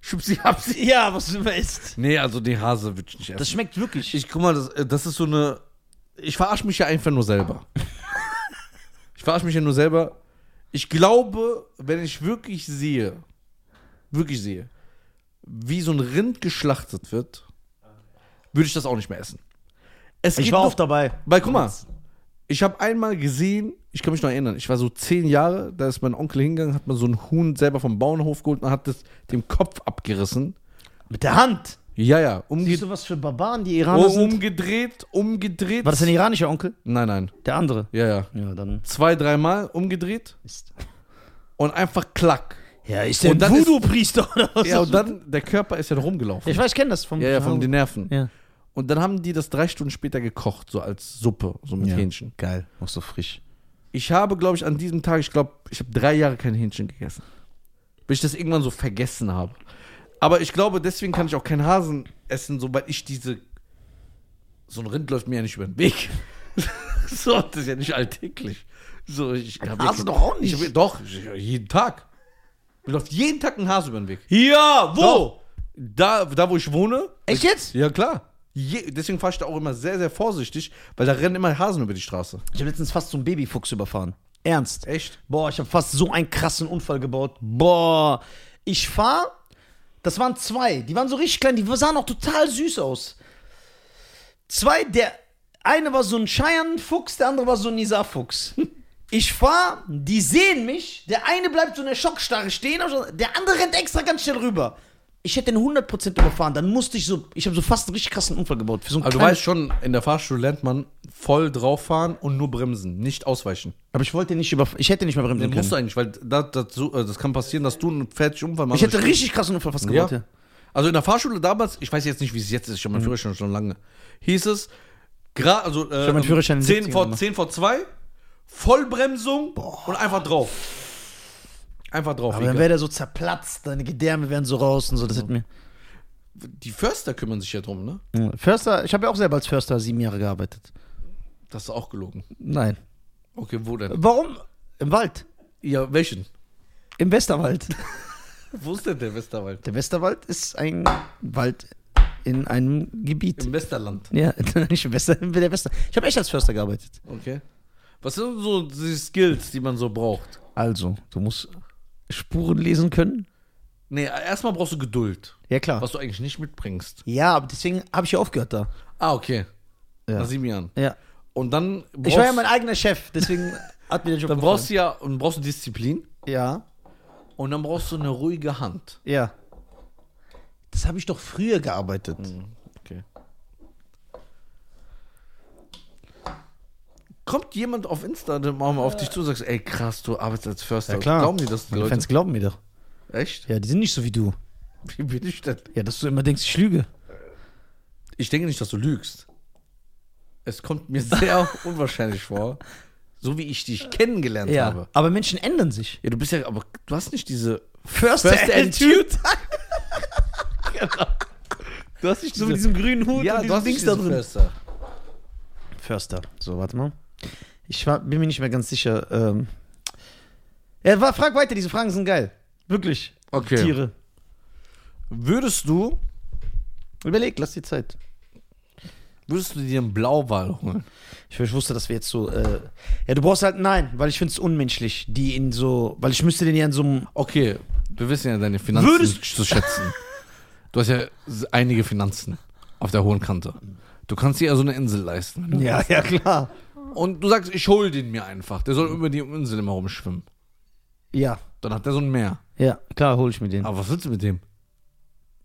Speaker 2: Schubsi, habsi.
Speaker 3: ja, was du immer isst.
Speaker 2: Nee, also die Hase würde ich nicht essen.
Speaker 3: Das schmeckt wirklich.
Speaker 2: ich guck mal, das, äh, das ist so eine. Ich verarsche mich ja einfach nur selber. ich verarsche mich ja nur selber. Ich glaube, wenn ich wirklich sehe, wirklich sehe, wie so ein Rind geschlachtet wird, würde ich das auch nicht mehr essen. Es
Speaker 3: Ich
Speaker 2: gibt
Speaker 3: war
Speaker 2: noch-
Speaker 3: oft dabei.
Speaker 2: Weil guck mal, ich habe einmal gesehen, ich kann mich noch erinnern, ich war so zehn Jahre, da ist mein Onkel hingegangen, hat man so ein Huhn selber vom Bauernhof geholt und hat das dem Kopf abgerissen.
Speaker 3: Mit der Hand.
Speaker 2: Ja, ja, um
Speaker 3: Siehst
Speaker 2: umge
Speaker 3: du, was für Barbaren die Iraner
Speaker 2: oh,
Speaker 3: sind?
Speaker 2: umgedreht, umgedreht.
Speaker 3: War das ein iranischer Onkel?
Speaker 2: Nein, nein,
Speaker 3: Der andere.
Speaker 2: ja, ja.
Speaker 3: Ja, dann
Speaker 2: Zwei, dreimal umgedreht
Speaker 3: ist.
Speaker 2: und einfach klack.
Speaker 3: Ja, ist der
Speaker 2: Und
Speaker 3: ein
Speaker 2: dann ist-
Speaker 3: Voodoo-Priester oder was?
Speaker 2: Ja,
Speaker 3: ist
Speaker 2: und dann, der Körper ist ja rumgelaufen.
Speaker 3: ich weiß, ich kenne das vom.
Speaker 2: Ja, ja, von den Nerven.
Speaker 3: Ja.
Speaker 2: Und dann haben die das drei Stunden später gekocht, so als Suppe, so mit Hähnchen.
Speaker 3: Geil. Auch so frisch.
Speaker 2: Ich habe, glaube ich, an diesem Tag, ich glaube, ich habe drei Jahre kein Hähnchen gegessen. Bis ich das irgendwann so vergessen habe. Aber ich glaube, deswegen kann ich auch keinen Hasen essen, sobald ich diese. So ein Rind läuft mir ja nicht über den Weg. so, das ist ja nicht alltäglich. So, ich hab
Speaker 3: Hase doch auch nicht.
Speaker 2: Ich hab, doch, ich, jeden Tag. Mir läuft jeden Tag ein Hase über den Weg.
Speaker 3: Ja,
Speaker 2: Doch. Da, da wo ich wohne.
Speaker 3: Echt jetzt?
Speaker 2: Ja, klar. Je, deswegen fahre ich da auch immer sehr, sehr vorsichtig, weil da rennen immer Hasen über die Straße.
Speaker 3: Ich habe letztens fast so einen Babyfuchs überfahren. Ernst.
Speaker 2: Echt?
Speaker 3: Boah, ich habe fast so einen krassen Unfall gebaut. Boah, ich fahr. Das waren zwei. Die waren so richtig klein. Die sahen auch total süß aus. Zwei, der eine war so ein Cheyenne-Fuchs, der andere war so ein Nizar-Fuchs. Ich fahr, die sehen mich. Der eine bleibt so in der Schockstarre stehen, aber der andere rennt extra ganz schnell rüber. Ich hätte den 100% überfahren. Dann musste ich so. Ich habe so fast einen richtig krassen Unfall gebaut. Für so einen
Speaker 2: Also du
Speaker 3: kleinen-
Speaker 2: weißt schon, in der Fahrschule lernt man voll drauffahren und nur bremsen, nicht ausweichen.
Speaker 3: aber ich wollte nicht überfahren. Ich hätte nicht mehr bremsen
Speaker 2: Das
Speaker 3: können.
Speaker 2: musst du eigentlich, weil da, das, so, äh, das kann passieren, dass du einen fertigen Unfall machst.
Speaker 3: Ich hätte richtig krassen Unfall fast
Speaker 2: ja.
Speaker 3: gebaut. Ja. Mhm.
Speaker 2: Also in der Fahrschule damals, ich weiß jetzt nicht, wie es jetzt ist, ich habe meinen Führerschein schon lange, hieß es, gra, also äh,
Speaker 3: hab meinen Führerschein in den
Speaker 2: 10,
Speaker 3: 70ern
Speaker 2: vor,
Speaker 3: gemacht.
Speaker 2: 10 vor 2, Vollbremsung und einfach drauf. Einfach drauf.
Speaker 3: Aber dann
Speaker 2: Liga.
Speaker 3: wäre der so zerplatzt, deine Gedärme wären so raus und so. Das hätte mir.
Speaker 2: Die Förster kümmern sich ja drum, ne?
Speaker 3: Ja. Förster, ich habe ja auch selber als Förster sieben Jahre gearbeitet.
Speaker 2: Das ist auch gelogen.
Speaker 3: Nein.
Speaker 2: Okay, wo denn?
Speaker 3: Warum? Im Wald.
Speaker 2: Ja, welchen?
Speaker 3: Im Westerwald.
Speaker 2: Wo ist denn der Westerwald?
Speaker 3: Der Westerwald ist ein Wald in einem Gebiet.
Speaker 2: Im Westerland.
Speaker 3: Ja, nicht im Wester, der Wester. Ich habe echt als Förster gearbeitet.
Speaker 2: Okay. Was sind so die Skills, die man so braucht?
Speaker 3: Also, du musst Spuren lesen können.
Speaker 2: Nee, erstmal brauchst du Geduld,
Speaker 3: Ja, klar.
Speaker 2: was du eigentlich nicht mitbringst.
Speaker 3: Ja, aber deswegen habe ich ja aufgehört da.
Speaker 2: Ah, okay.
Speaker 3: Ja.
Speaker 2: Na, sieh mir an.
Speaker 3: Ja.
Speaker 2: Und dann brauchst,
Speaker 3: Ich war ja mein eigener Chef, deswegen hat mir der Job
Speaker 2: dann brauchst du ja und brauchst du Disziplin
Speaker 3: du Ja,
Speaker 2: und dann brauchst du eine ruhige Hand.
Speaker 3: ja. Das habe ich doch früher gearbeitet.
Speaker 2: Hm. Okay. Kommt jemand auf Insta dann mal auf dich zu und sagst, ey krass, du arbeitest als Förster. Glauben die das die
Speaker 3: Meine
Speaker 2: Leute?
Speaker 3: Fans glauben mir doch.
Speaker 2: Echt?
Speaker 3: Ja, die sind nicht so wie du.
Speaker 2: Wie bin ich denn?
Speaker 3: Ja, dass du immer denkst, ich lüge.
Speaker 2: Ich denke nicht, dass du lügst. Es kommt mir sehr unwahrscheinlich vor, so wie ich dich kennengelernt
Speaker 3: Ja,
Speaker 2: habe.
Speaker 3: aber Menschen ändern sich.
Speaker 2: Ja, du bist ja, aber du hast nicht diese.
Speaker 3: First,
Speaker 2: Attitude. Genau. Du hast nicht
Speaker 3: So mit diesem grünen Hut
Speaker 2: ja,
Speaker 3: und
Speaker 2: du
Speaker 3: diesem
Speaker 2: hast
Speaker 3: Dings
Speaker 2: nicht
Speaker 3: da
Speaker 2: diesen
Speaker 3: drin.
Speaker 2: Förster.
Speaker 3: Förster. So, warte mal. Ich war, bin mir nicht mehr ganz sicher. Ähm. Ja, war, frag weiter, diese Fragen sind geil. Wirklich.
Speaker 2: Okay.
Speaker 3: Tiere.
Speaker 2: Würdest du,
Speaker 3: Überleg, lass dir Zeit.
Speaker 2: würdest du dir einen Blauwal holen?
Speaker 3: Ich, ich wusste, dass wir jetzt so. Äh, ja, du brauchst halt nein, weil ich finde es unmenschlich, die in so. Weil ich müsste den ja in so einem.
Speaker 2: Okay, wir wissen ja deine Finanzen
Speaker 3: Würdest-
Speaker 2: zu schätzen. Du hast ja s- einige Finanzen auf der hohen Kante. Du kannst dir ja so eine Insel leisten. wenn du-
Speaker 3: Ja, ja, klar.
Speaker 2: Und du sagst, ich hol den mir einfach. Der soll über die Insel immer rumschwimmen.
Speaker 3: Ja,
Speaker 2: Dann hat der so ein Meer.
Speaker 3: ja, klar, hole ich mir den.
Speaker 2: Aber was willst du mit dem?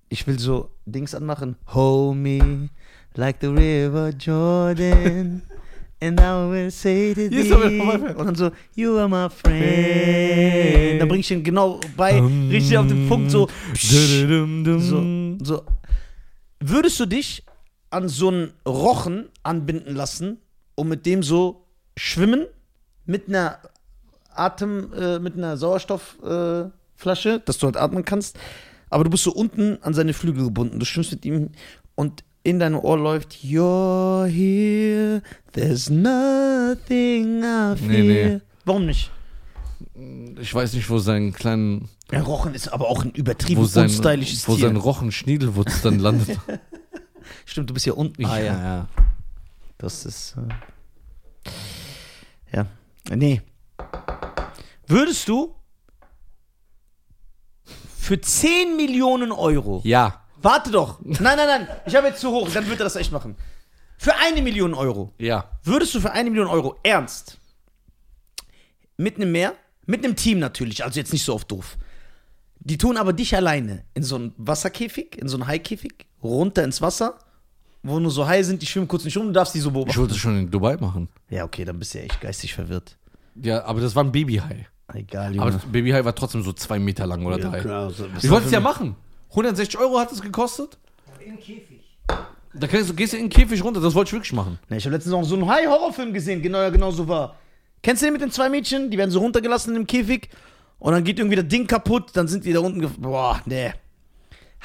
Speaker 3: Ich will so Dings anmachen. Hold me like the river Jordan. And I will say to
Speaker 2: Hier ist
Speaker 3: thee.
Speaker 2: er wieder vorbei.
Speaker 3: Und dann so, you are my
Speaker 2: Äh.
Speaker 3: friend. Dann bring ich ihn genau bei, richtig auf den Punkt, so. Psch, so, so. Würdest du dich an so einen Rochen anbinden lassen und mit dem so schwimmen? Mit einer Atem, äh, mit einer Sauerstoffflasche, äh, Flasche, dass du halt atmen kannst. Aber du bist so unten an seine Flügel gebunden. Du schwimmst mit ihm und in dein Ohr läuft You're here, there's nothing I
Speaker 2: Nee,
Speaker 3: fear.
Speaker 2: nee.
Speaker 3: Warum nicht?
Speaker 2: Ich weiß nicht, wo sein kleinen,
Speaker 3: Ja, Rochen ist aber auch ein übertrieben
Speaker 2: wo sein,
Speaker 3: unstylisches
Speaker 2: wo sein
Speaker 3: Tier.
Speaker 2: Rochen Schniedelwurz dann landet.
Speaker 3: Stimmt, du bist ja unten. Ah, ja. Das ist. Äh, ja. Nee. Würdest du für 10 Millionen Euro.
Speaker 2: Ja.
Speaker 3: Warte doch. Nein, nein, nein. Ich habe jetzt zu hoch. Dann wird er das echt machen. Für eine Million Euro.
Speaker 2: Ja.
Speaker 3: Würdest du für eine Million Euro ernst mit einem Meer, mit einem Team natürlich, also jetzt nicht so oft doof. Die tun aber dich alleine in so einen Wasserkäfig, in so einen Haikäfig, runter ins Wasser, wo nur so Haie sind, die schwimmen kurz nicht rum, du darfst die so
Speaker 2: Ich
Speaker 3: beobachten.
Speaker 2: wollte es schon in Dubai machen.
Speaker 3: Ja, okay, dann bist du ja echt geistig verwirrt.
Speaker 2: Ja, aber das war ein Babyhai.
Speaker 3: Egal,
Speaker 2: Aber
Speaker 3: Junge.
Speaker 2: das Babyhai war trotzdem so zwei Meter lang oder drei.
Speaker 3: so
Speaker 2: Ich wollte es ja machen. 160 Euro hat es gekostet.
Speaker 5: Im Käfig.
Speaker 2: Da kannst du, gehst du in den Käfig runter. Das wollte ich wirklich machen.
Speaker 3: Ne, ich habe letztens noch so einen High-Horror-Film gesehen, genau, der genau so war. Kennst du den mit den zwei Mädchen? Die werden so runtergelassen im Käfig und dann geht irgendwie das Ding kaputt, dann sind die da unten. gef- Boah, nee.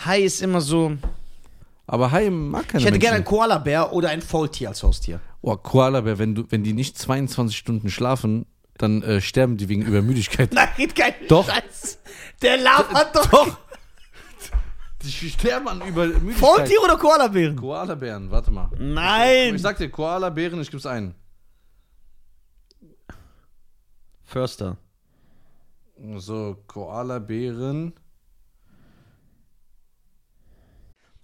Speaker 3: Hai ist immer so.
Speaker 2: Aber Hai mag keine
Speaker 3: Ich hätte
Speaker 2: Menschen.
Speaker 3: gerne einen Koala-Bär oder ein Faultier als Haustier.
Speaker 2: Oh, Koala-Bär, wenn, du- wenn die nicht 22 Stunden schlafen, dann äh, sterben die wegen Übermüdigkeit.
Speaker 3: Nein, geht kein
Speaker 2: Doch.
Speaker 3: Scheiß. Der Lab hat doch.
Speaker 2: Die sterben an Übermüdigkeit.
Speaker 3: Faultier oder Koala-Bären?
Speaker 2: Koala-Bären, warte mal. Ich
Speaker 3: Nein.
Speaker 2: sag dir, Koala-Bären, ich gib's ein.
Speaker 3: Förster.
Speaker 2: So, Koala-Bären.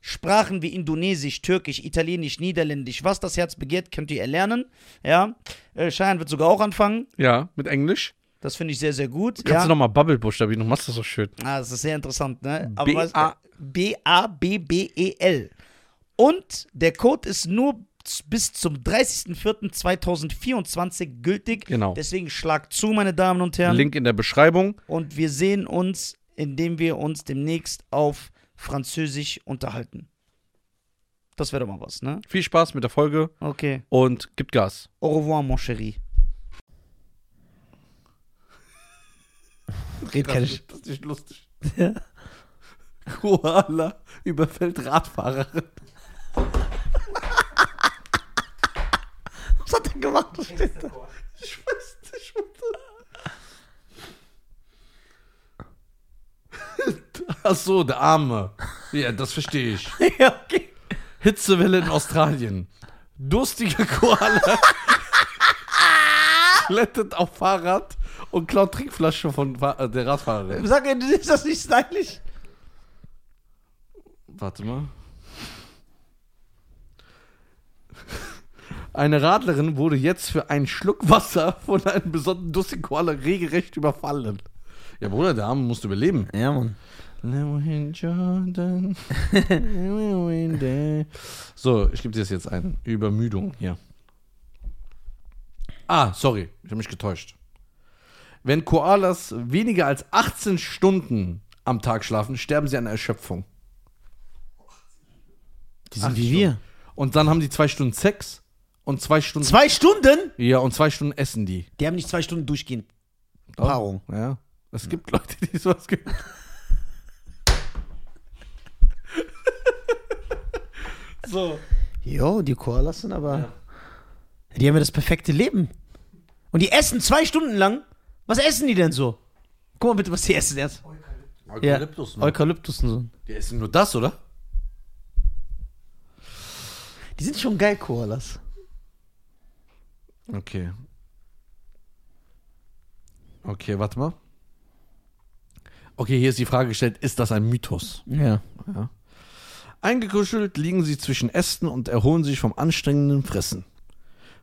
Speaker 3: Sprachen wie Indonesisch, Türkisch, Italienisch, Niederländisch, was das Herz begehrt, könnt ihr erlernen. Ja, äh, Cheyenne wird sogar auch anfangen.
Speaker 4: Ja, mit Englisch.
Speaker 3: Das finde ich sehr, sehr gut.
Speaker 4: Kannst
Speaker 3: ja.
Speaker 4: du nochmal Bubble buchstabieren? Du machst das so schön.
Speaker 3: Ah, das ist sehr interessant, ne?
Speaker 4: B-
Speaker 3: weißt-
Speaker 4: A-
Speaker 3: B-A-B-B-E-L. E Und der Code ist nur z- bis zum 30.04.2024 gültig.
Speaker 4: Genau.
Speaker 3: Deswegen schlag zu, meine Damen und Herren.
Speaker 4: Link in der Beschreibung.
Speaker 3: Und wir sehen uns, indem wir uns demnächst auf Französisch unterhalten. Das wäre doch mal was, ne?
Speaker 4: Viel Spaß mit der Folge
Speaker 3: Okay.
Speaker 4: und gibt Gas.
Speaker 3: Au revoir, mon chéri. Red keine Sch
Speaker 2: Das ist nicht lustig.
Speaker 3: Ja.
Speaker 2: Koala überfällt Radfahrerin.
Speaker 3: Was hat er gemacht? Was steht da?
Speaker 2: Ich weiß nicht, Mutter. Ach so, der Arme. Ja, das verstehe ich.
Speaker 3: Ja, okay.
Speaker 2: Hitzewelle in Australien. Durstiger Koala klettert auf Fahrrad und klaut Trinkflasche von Fa- äh, der Radfahrerin.
Speaker 3: Sag mir, ist das nicht stylisch?
Speaker 2: Warte mal. Eine Radlerin wurde jetzt für einen Schluck Wasser von einem besonderen durstigen Koala regelrecht überfallen. Ja, Bruder, der Arme musste überleben.
Speaker 3: Ja, Mann.
Speaker 2: Llewyn Jordan, Llewyn Day. So, ich gebe dir das jetzt ein. Übermüdung hier. Ah, sorry, ich habe mich getäuscht. Wenn Koalas weniger als 18 Stunden am Tag schlafen, sterben sie an Erschöpfung.
Speaker 3: Die sind
Speaker 2: Ach,
Speaker 3: wie
Speaker 2: schon.
Speaker 3: wir.
Speaker 2: Und dann haben die zwei Stunden Sex und zwei Stunden.
Speaker 3: Zwei Stunden?
Speaker 2: ja, und zwei Stunden essen die.
Speaker 3: Die haben nicht zwei Stunden durchgehend.
Speaker 2: Doch.
Speaker 3: Paarung.
Speaker 2: Ja. Es gibt Leute, die sowas gehört. so.
Speaker 3: Jo, die Koalas sind aber. Die haben ja das perfekte Leben. Und die essen zwei Stunden lang. Was essen die denn so? Guck mal bitte, was die essen erst.
Speaker 2: Eukalyptus,
Speaker 3: ja.
Speaker 2: Mann.
Speaker 3: Eukalyptus und so.
Speaker 2: Die essen nur das, oder?
Speaker 3: Die sind schon geil, Koalas.
Speaker 2: Okay. Okay, warte mal. Okay, hier ist die Frage gestellt, ist das ein Mythos?
Speaker 3: Ja.
Speaker 2: Eingekuschelt liegen sie zwischen Ästen und erholen sich vom anstrengenden Fressen.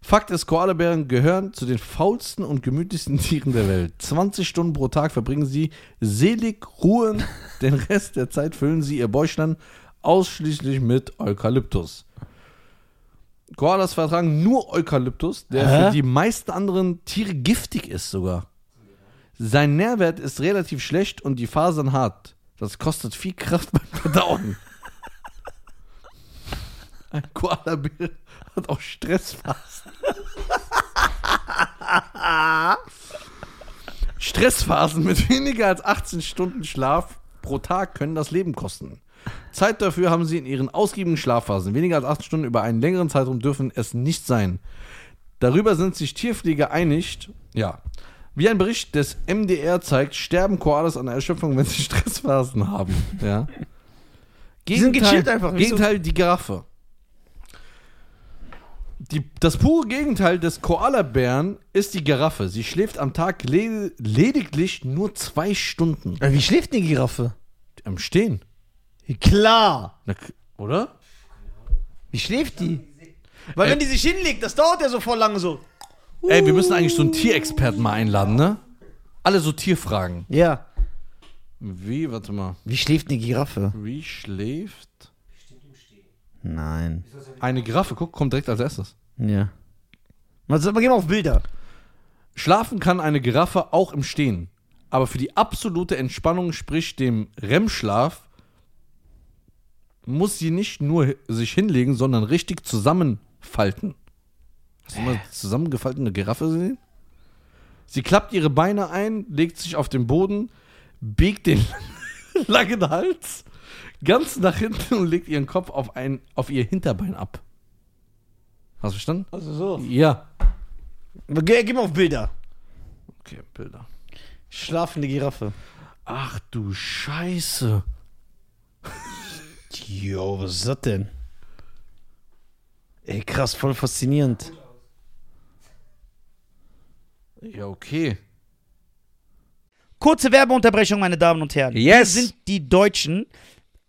Speaker 2: Fakt ist, Koalabären gehören zu den faulsten und gemütlichsten Tieren der Welt. 20 Stunden pro Tag verbringen sie selig ruhen. Den Rest der Zeit füllen sie ihr Bäuchlein ausschließlich mit Eukalyptus. Koalas vertragen nur Eukalyptus, der
Speaker 3: Hä?
Speaker 2: für die meisten anderen Tiere giftig ist sogar. Sein Nährwert ist relativ schlecht und die Fasern hart. Das kostet viel Kraft beim Verdauen. Ein Koala-Bär hat auch Stressphasen. Stressphasen mit weniger als 18 Stunden Schlaf pro Tag können das Leben kosten. Zeit dafür haben sie in ihren ausgiebigen Schlafphasen. Weniger als 18 Stunden über einen längeren Zeitraum dürfen es nicht sein. Darüber sind sich Tierpfleger einig. Ja. Wie ein Bericht des MDR zeigt, sterben Koalas an Erschöpfung, wenn sie Stressphasen haben. Ja.
Speaker 3: Die sind gechillt einfach, nicht so-
Speaker 2: Gegenteil, die Giraffe. Die, das pure Gegenteil des Koalabären ist die Giraffe. Sie schläft am Tag le lediglich nur zwei Stunden
Speaker 3: Wie schläft eine Giraffe?
Speaker 2: am Stehen.
Speaker 3: Klar.
Speaker 2: Na, k- oder?
Speaker 3: Wie schläft die? Weil
Speaker 2: Äh,
Speaker 3: wenn die sich hinlegt, das dauert ja so voll lange so.
Speaker 2: Ey, wir müssen eigentlich so einen Tierexperten mal einladen, ne? Alle so Tierfragen.
Speaker 3: Ja.
Speaker 2: Wie, warte mal.
Speaker 3: Wie schläft eine Giraffe?
Speaker 2: Wie schläft
Speaker 3: Nein.
Speaker 2: eine Giraffe? Guck, kommt direkt als erstes.
Speaker 3: Ja. Mal, aber gehen wir auf Bilder.
Speaker 2: Schlafen kann eine Giraffe auch im Stehen. Aber für die absolute Entspannung, sprich dem REM-Schlaf, muss sie nicht nur hi- sich hinlegen, sondern richtig zusammenfalten. Hast du mal zusammengefaltene Giraffe gesehen? Sie klappt ihre Beine ein, legt sich auf den Boden, biegt den langen Hals, ganz nach hinten und legt ihren Kopf auf, ein, auf ihr Hinterbein ab. Hast du verstanden?
Speaker 3: Also so.
Speaker 2: Ja.
Speaker 3: Geh, gib mal auf Bilder.
Speaker 2: Okay, Bilder.
Speaker 3: Schlafende Giraffe.
Speaker 2: Ach du Scheiße.
Speaker 3: Jo, was ist das denn? Ey, krass, voll faszinierend.
Speaker 2: Ja, okay.
Speaker 3: Kurze Werbeunterbrechung, meine Damen und Herren.
Speaker 4: Yes.
Speaker 3: Wir sind die Deutschen.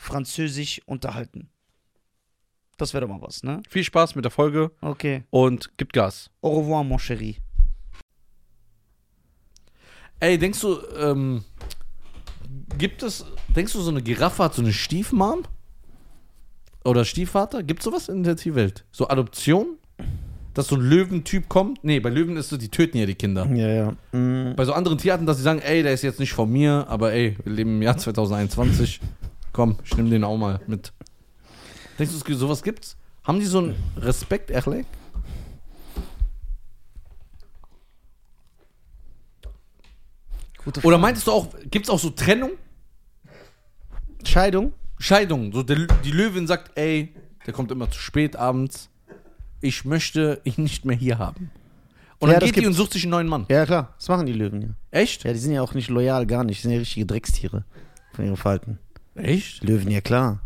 Speaker 3: Französisch unterhalten. Das wäre doch mal was, ne?
Speaker 4: Viel Spaß mit der Folge
Speaker 3: Okay.
Speaker 4: und gib Gas.
Speaker 3: Au revoir, mon chéri.
Speaker 2: Ey, denkst du, ähm, gibt es, denkst du, so eine Giraffe hat so eine Stiefmom? Oder Stiefvater? Gibt sowas in der Tierwelt? So Adoption? Dass so ein Löwentyp kommt? Nee, bei Löwen ist so, die töten ja die Kinder.
Speaker 3: Ja, ja.
Speaker 2: Bei so anderen Tierarten, dass sie sagen, ey, der ist jetzt nicht von mir, aber ey, wir leben im Jahr 2021. Komm, ich nehme den auch mal mit. Denkst du, es gibt- sowas gibt's? Haben die so einen Respekt, Erlek?
Speaker 3: Gute
Speaker 2: Oder meintest du auch, gibt's auch so Trennung?
Speaker 3: Scheidung?
Speaker 2: Scheidung. So der, die Löwin sagt, ey, der kommt immer zu spät abends. Ich möchte ihn nicht mehr hier haben. Und
Speaker 3: Ja,
Speaker 2: dann
Speaker 3: das
Speaker 2: geht die und
Speaker 3: gibt's.
Speaker 2: sucht sich einen neuen Mann.
Speaker 3: Ja, klar. Das machen die Löwen, ja.
Speaker 2: Echt?
Speaker 3: Ja, die sind ja auch nicht loyal, gar nicht. Die sind ja richtige Dreckstiere von ihren Falten.
Speaker 2: Echt?
Speaker 3: Löwen, ja klar.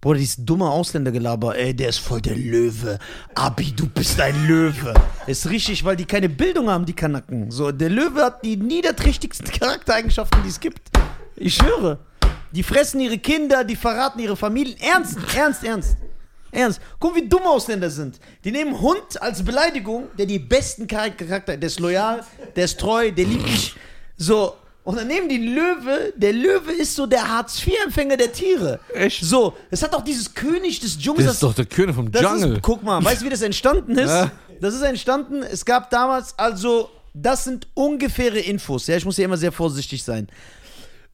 Speaker 3: Bruder, dieses dumme Ausländergelaber, ey, der ist voll der Löwe. Abi, du bist ein Löwe. Ist richtig, weil die keine Bildung haben, die Kanaken. So, der Löwe hat die niederträchtigsten Charaktereigenschaften, die es gibt. Ich höre. Die fressen ihre Kinder, die verraten ihre Familien. Ernst, ernst, ernst. Ernst. Guck, wie dumm Ausländer sind. Die nehmen Hund als Beleidigung, der die besten Char- Charakter, der ist loyal, der ist treu, der liebt dich. So. Und dann nehmen die Löwe, der Löwe ist so der Hartz-IV-Empfänger der Tiere.
Speaker 4: Echt?
Speaker 3: So, es hat auch dieses König des Dschungels.
Speaker 2: Das ist doch der König vom
Speaker 3: das
Speaker 2: Jungle.
Speaker 3: Ist, guck mal, weißt du, wie das entstanden ist?
Speaker 2: Ja.
Speaker 3: Das ist entstanden, es gab damals, also, das sind ungefähre Infos. Ja, ich muss ja immer sehr vorsichtig sein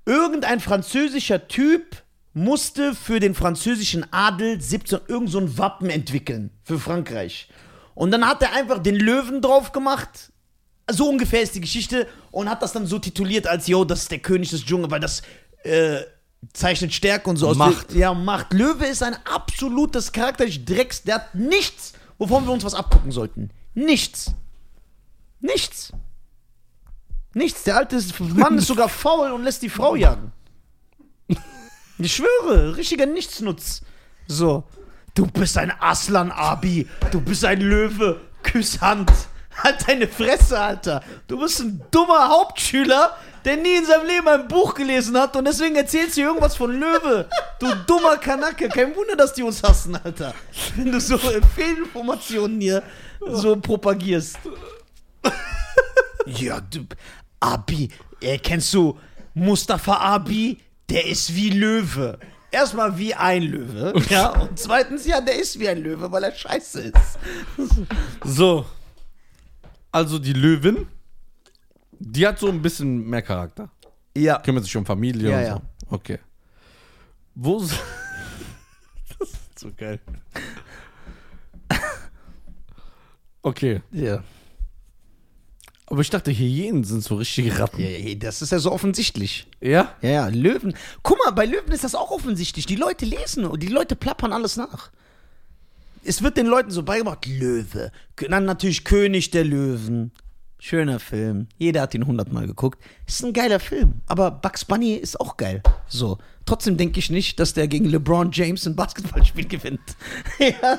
Speaker 3: irgendein französischer Typ musste für den französischen Adel 17 irgend so ein Wappen entwickeln für Frankreich. Und dann hat er einfach den Löwen drauf gemacht. So ungefähr ist die Geschichte und hat das dann so tituliert als yo, das ist der König des Dschungels, weil das äh, zeichnet Stärke und so aus.
Speaker 2: Macht.
Speaker 3: Ja, Macht. Löwe ist ein absolutes charakterlich Drecks, der hat nichts, wovon wir uns was abgucken sollten. Nichts. Nichts. Nichts. Der alte ist- Mann ist sogar faul und lässt die Frau jagen. Ich schwöre, richtiger Nichtsnutz. So. Du bist ein Aslan, Abi. Du bist ein Löwe. Küss Hand. Halt deine Fresse, Alter. Du bist ein dummer Hauptschüler, der nie in seinem Leben ein Buch gelesen hat und deswegen erzählst du irgendwas von Löwe. Du dummer Kanacke. Kein Wunder, dass die uns hassen, Alter. Wenn du so äh, Fehlinformationen hier so propagierst. Ja, du, Abi, äh, kennst du Mustafa Abi? der ist wie Löwe. Erstmal wie ein Löwe. Ja, und zweitens, ja, der ist wie ein Löwe, weil er scheiße ist.
Speaker 2: So. Also die Löwin, die hat so ein bisschen mehr Charakter.
Speaker 3: Ja.
Speaker 2: Kümmert sich um Familie
Speaker 3: Ja,
Speaker 2: und
Speaker 3: ja.
Speaker 2: so. Okay. Wo s- Das ist so geil. Okay.
Speaker 3: Ja.
Speaker 2: Aber ich dachte, Hyänen sind so richtige Ratten.
Speaker 3: ja das ist ja so offensichtlich.
Speaker 2: Ja?
Speaker 3: Ja, ja, Löwen. Guck mal, bei Löwen ist das auch offensichtlich. Die Leute lesen und die Leute plappern alles nach. Es wird den Leuten so beigebracht, Löwe. K- Dann natürlich König der Löwen. Schöner Film. Jeder hat ihn hundertmal geguckt. Ist ein geiler Film. Aber Bugs Bunny ist auch geil. So. Trotzdem denke ich nicht, dass der gegen LeBron James ein Basketballspiel gewinnt. ja.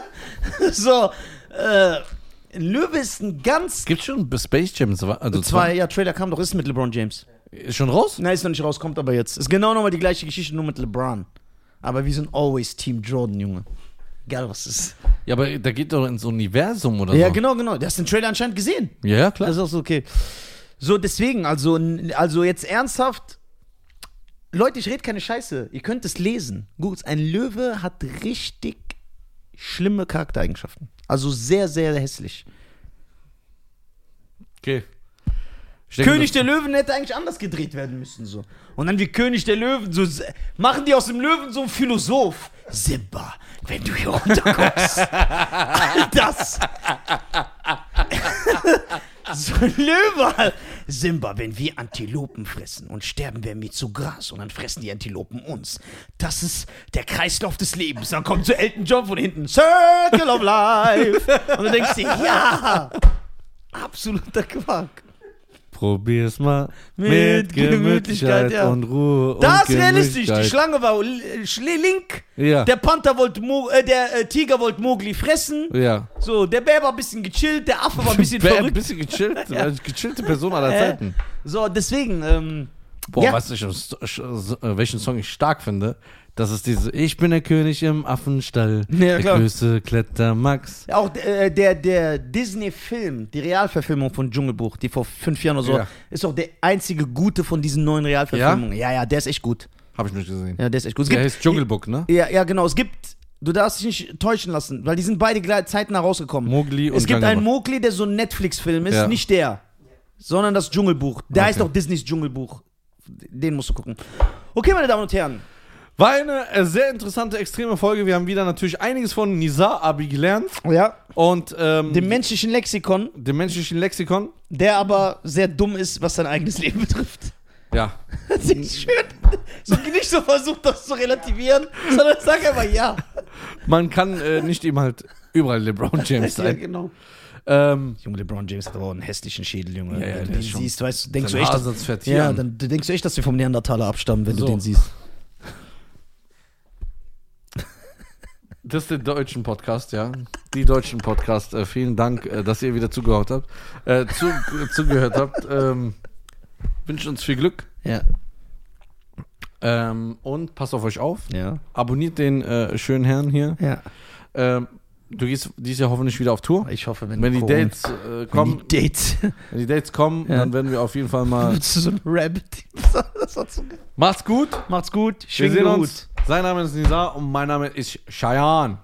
Speaker 3: So. Äh, Löwe ist ein ganz.
Speaker 2: Gibt schon Space Jam 2? Also
Speaker 3: Zwei, ja, Trailer kam doch, ist mit LeBron James.
Speaker 2: Ist schon raus?
Speaker 3: Nein, ist noch nicht raus, kommt aber jetzt. Ist genau nochmal die gleiche Geschichte, nur mit LeBron. Aber wir sind always Team Jordan, Junge. Egal was ist.
Speaker 2: Ja, aber da geht doch ins Universum oder
Speaker 3: Ja,
Speaker 2: so.
Speaker 3: genau, Also, genau. Du hast den Trailer anscheinend gesehen.
Speaker 2: Ja, ja, klar.
Speaker 3: Das ist auch so okay. So, deswegen, also, n- also jetzt ernsthaft. Leute, ich rede keine Scheiße. Ihr könnt es lesen. Gut, ein Löwe hat richtig schlimme Charaktereigenschaften. Also sehr, sehr hässlich.
Speaker 2: Okay. Ich denke,
Speaker 3: König der Löwen hätte eigentlich anders gedreht werden müssen. So. Und dann wie König der Löwen, so se- machen die aus dem Löwen so einen Philosoph. Simba, wenn du hier runterkommst. das. so ein Löwe. Simba, wenn wir Antilopen fressen und sterben werden wir zu Gras und dann fressen die Antilopen uns. Das ist der Kreislauf des Lebens. Dann kommt so Elton John von hinten. Circle of Life. Und dann denkst du, ja. Absoluter Quark.
Speaker 2: Probier's mal mit,
Speaker 3: Mit
Speaker 2: Gemütlichkeit
Speaker 3: Gemütlichkeit, ja.
Speaker 2: und Ruhe.
Speaker 3: Da
Speaker 2: und
Speaker 3: ist realistisch. Die
Speaker 2: Gemütlichkeit.
Speaker 3: Schlange war äh, schli- link.
Speaker 2: Ja.
Speaker 3: Der Panther wollte, Mo äh, der äh, Tiger wollte Mogli fressen.
Speaker 2: Ja.
Speaker 3: So, der Bär war ein bisschen gechillt, der Affe war ein bisschen
Speaker 2: Wer ein
Speaker 3: verrückt.
Speaker 2: bisschen gechillt, gechillte Person aller
Speaker 3: Äh,
Speaker 2: Zeiten.
Speaker 3: So, deswegen, ähm,
Speaker 2: Boah,
Speaker 3: Ja.
Speaker 2: weißt du, ich- ich- äh, welchen Song ich stark finde? Das ist diese Ich bin der König im Affenstall.
Speaker 3: Ja,
Speaker 2: der
Speaker 3: klar.
Speaker 2: Größte Kletter Max.
Speaker 3: auch äh, der, der Disney-Film, die Realverfilmung von Dschungelbuch, die vor fünf Jahren oder so,
Speaker 2: Ja.
Speaker 3: ist auch der einzige gute von diesen neuen Realverfilmungen. Ja, ja, der ist echt gut.
Speaker 2: Hab ich nicht gesehen.
Speaker 3: Ja, der ist echt gut. Es
Speaker 2: Der
Speaker 3: gibt-
Speaker 2: heißt Dschungelbook, ne?
Speaker 3: Ja, ja, genau. Es gibt, du darfst dich nicht täuschen lassen, weil die sind beide gleich zeitnah rausgekommen.
Speaker 2: Mowgli und
Speaker 3: Es gibt
Speaker 2: Gangawa.
Speaker 3: einen Mowgli, der so ein Netflix-Film ist,
Speaker 2: Ja.
Speaker 3: nicht der, sondern das Dschungelbuch. Der heißt
Speaker 2: Okay.
Speaker 3: auch Disneys Dschungelbuch. Den musst du gucken. Okay, meine Damen und Herren.
Speaker 2: War eine äh, sehr interessante, extreme Folge. Wir haben wieder natürlich einiges von Nizar Abi gelernt.
Speaker 3: Ja.
Speaker 2: Und ähm,
Speaker 3: Dem menschlichen Lexikon,
Speaker 2: dem menschlichen Lexikon.
Speaker 3: der aber sehr dumm ist, was sein eigenes Leben betrifft.
Speaker 2: Ja.
Speaker 3: Das ist schön. So, nicht so versucht, das zu relativieren, sondern sag einfach ja.
Speaker 2: Man kann äh, nicht ihm halt überall LeBron James
Speaker 3: Ja,
Speaker 2: sein.
Speaker 3: genau.
Speaker 2: Ähm,
Speaker 3: Junge, LeBron James hat aber auch einen hässlichen Schädel, Junge.
Speaker 2: Ja, ja,
Speaker 3: wenn du
Speaker 2: der
Speaker 3: den
Speaker 2: ist schon-
Speaker 3: siehst, weißt du, denkst du
Speaker 2: sein
Speaker 3: echt,
Speaker 2: Haar sitzt fett hier
Speaker 3: ja,
Speaker 2: an.
Speaker 3: dann denkst du echt, dass wir vom Neandertaler abstammen, wenn
Speaker 2: So.
Speaker 3: du den siehst.
Speaker 2: das ist der deutschen Podcast, ja. Die deutschen Podcast. Äh, vielen Dank, äh, dass ihr wieder zugehört habt. Äh, zu, äh, zugehört habt. Ähm, wünsche uns viel Glück.
Speaker 3: Ja,
Speaker 2: Ähm, und passt auf euch auf.
Speaker 3: ja,
Speaker 2: Abonniert den äh, schönen Herrn hier.
Speaker 3: ja.
Speaker 2: Ähm, du gehst dieses Jahr hoffentlich wieder auf Tour.
Speaker 3: Ich hoffe, wenn,
Speaker 2: Wenn die
Speaker 3: Corona-
Speaker 2: Dates äh,
Speaker 3: wenn
Speaker 2: kommen,
Speaker 3: die Dates,
Speaker 2: wenn die Dates kommen,
Speaker 3: Ja.
Speaker 2: dann werden wir auf jeden Fall mal.
Speaker 3: zu so einem Rabbit. das hat so geil.
Speaker 2: Macht's gut.
Speaker 3: Macht's gut,
Speaker 2: Wir
Speaker 3: schwingen
Speaker 2: sehen
Speaker 3: gut.
Speaker 2: uns. Sein Name ist Nizar und mein Name ist Cheyenne.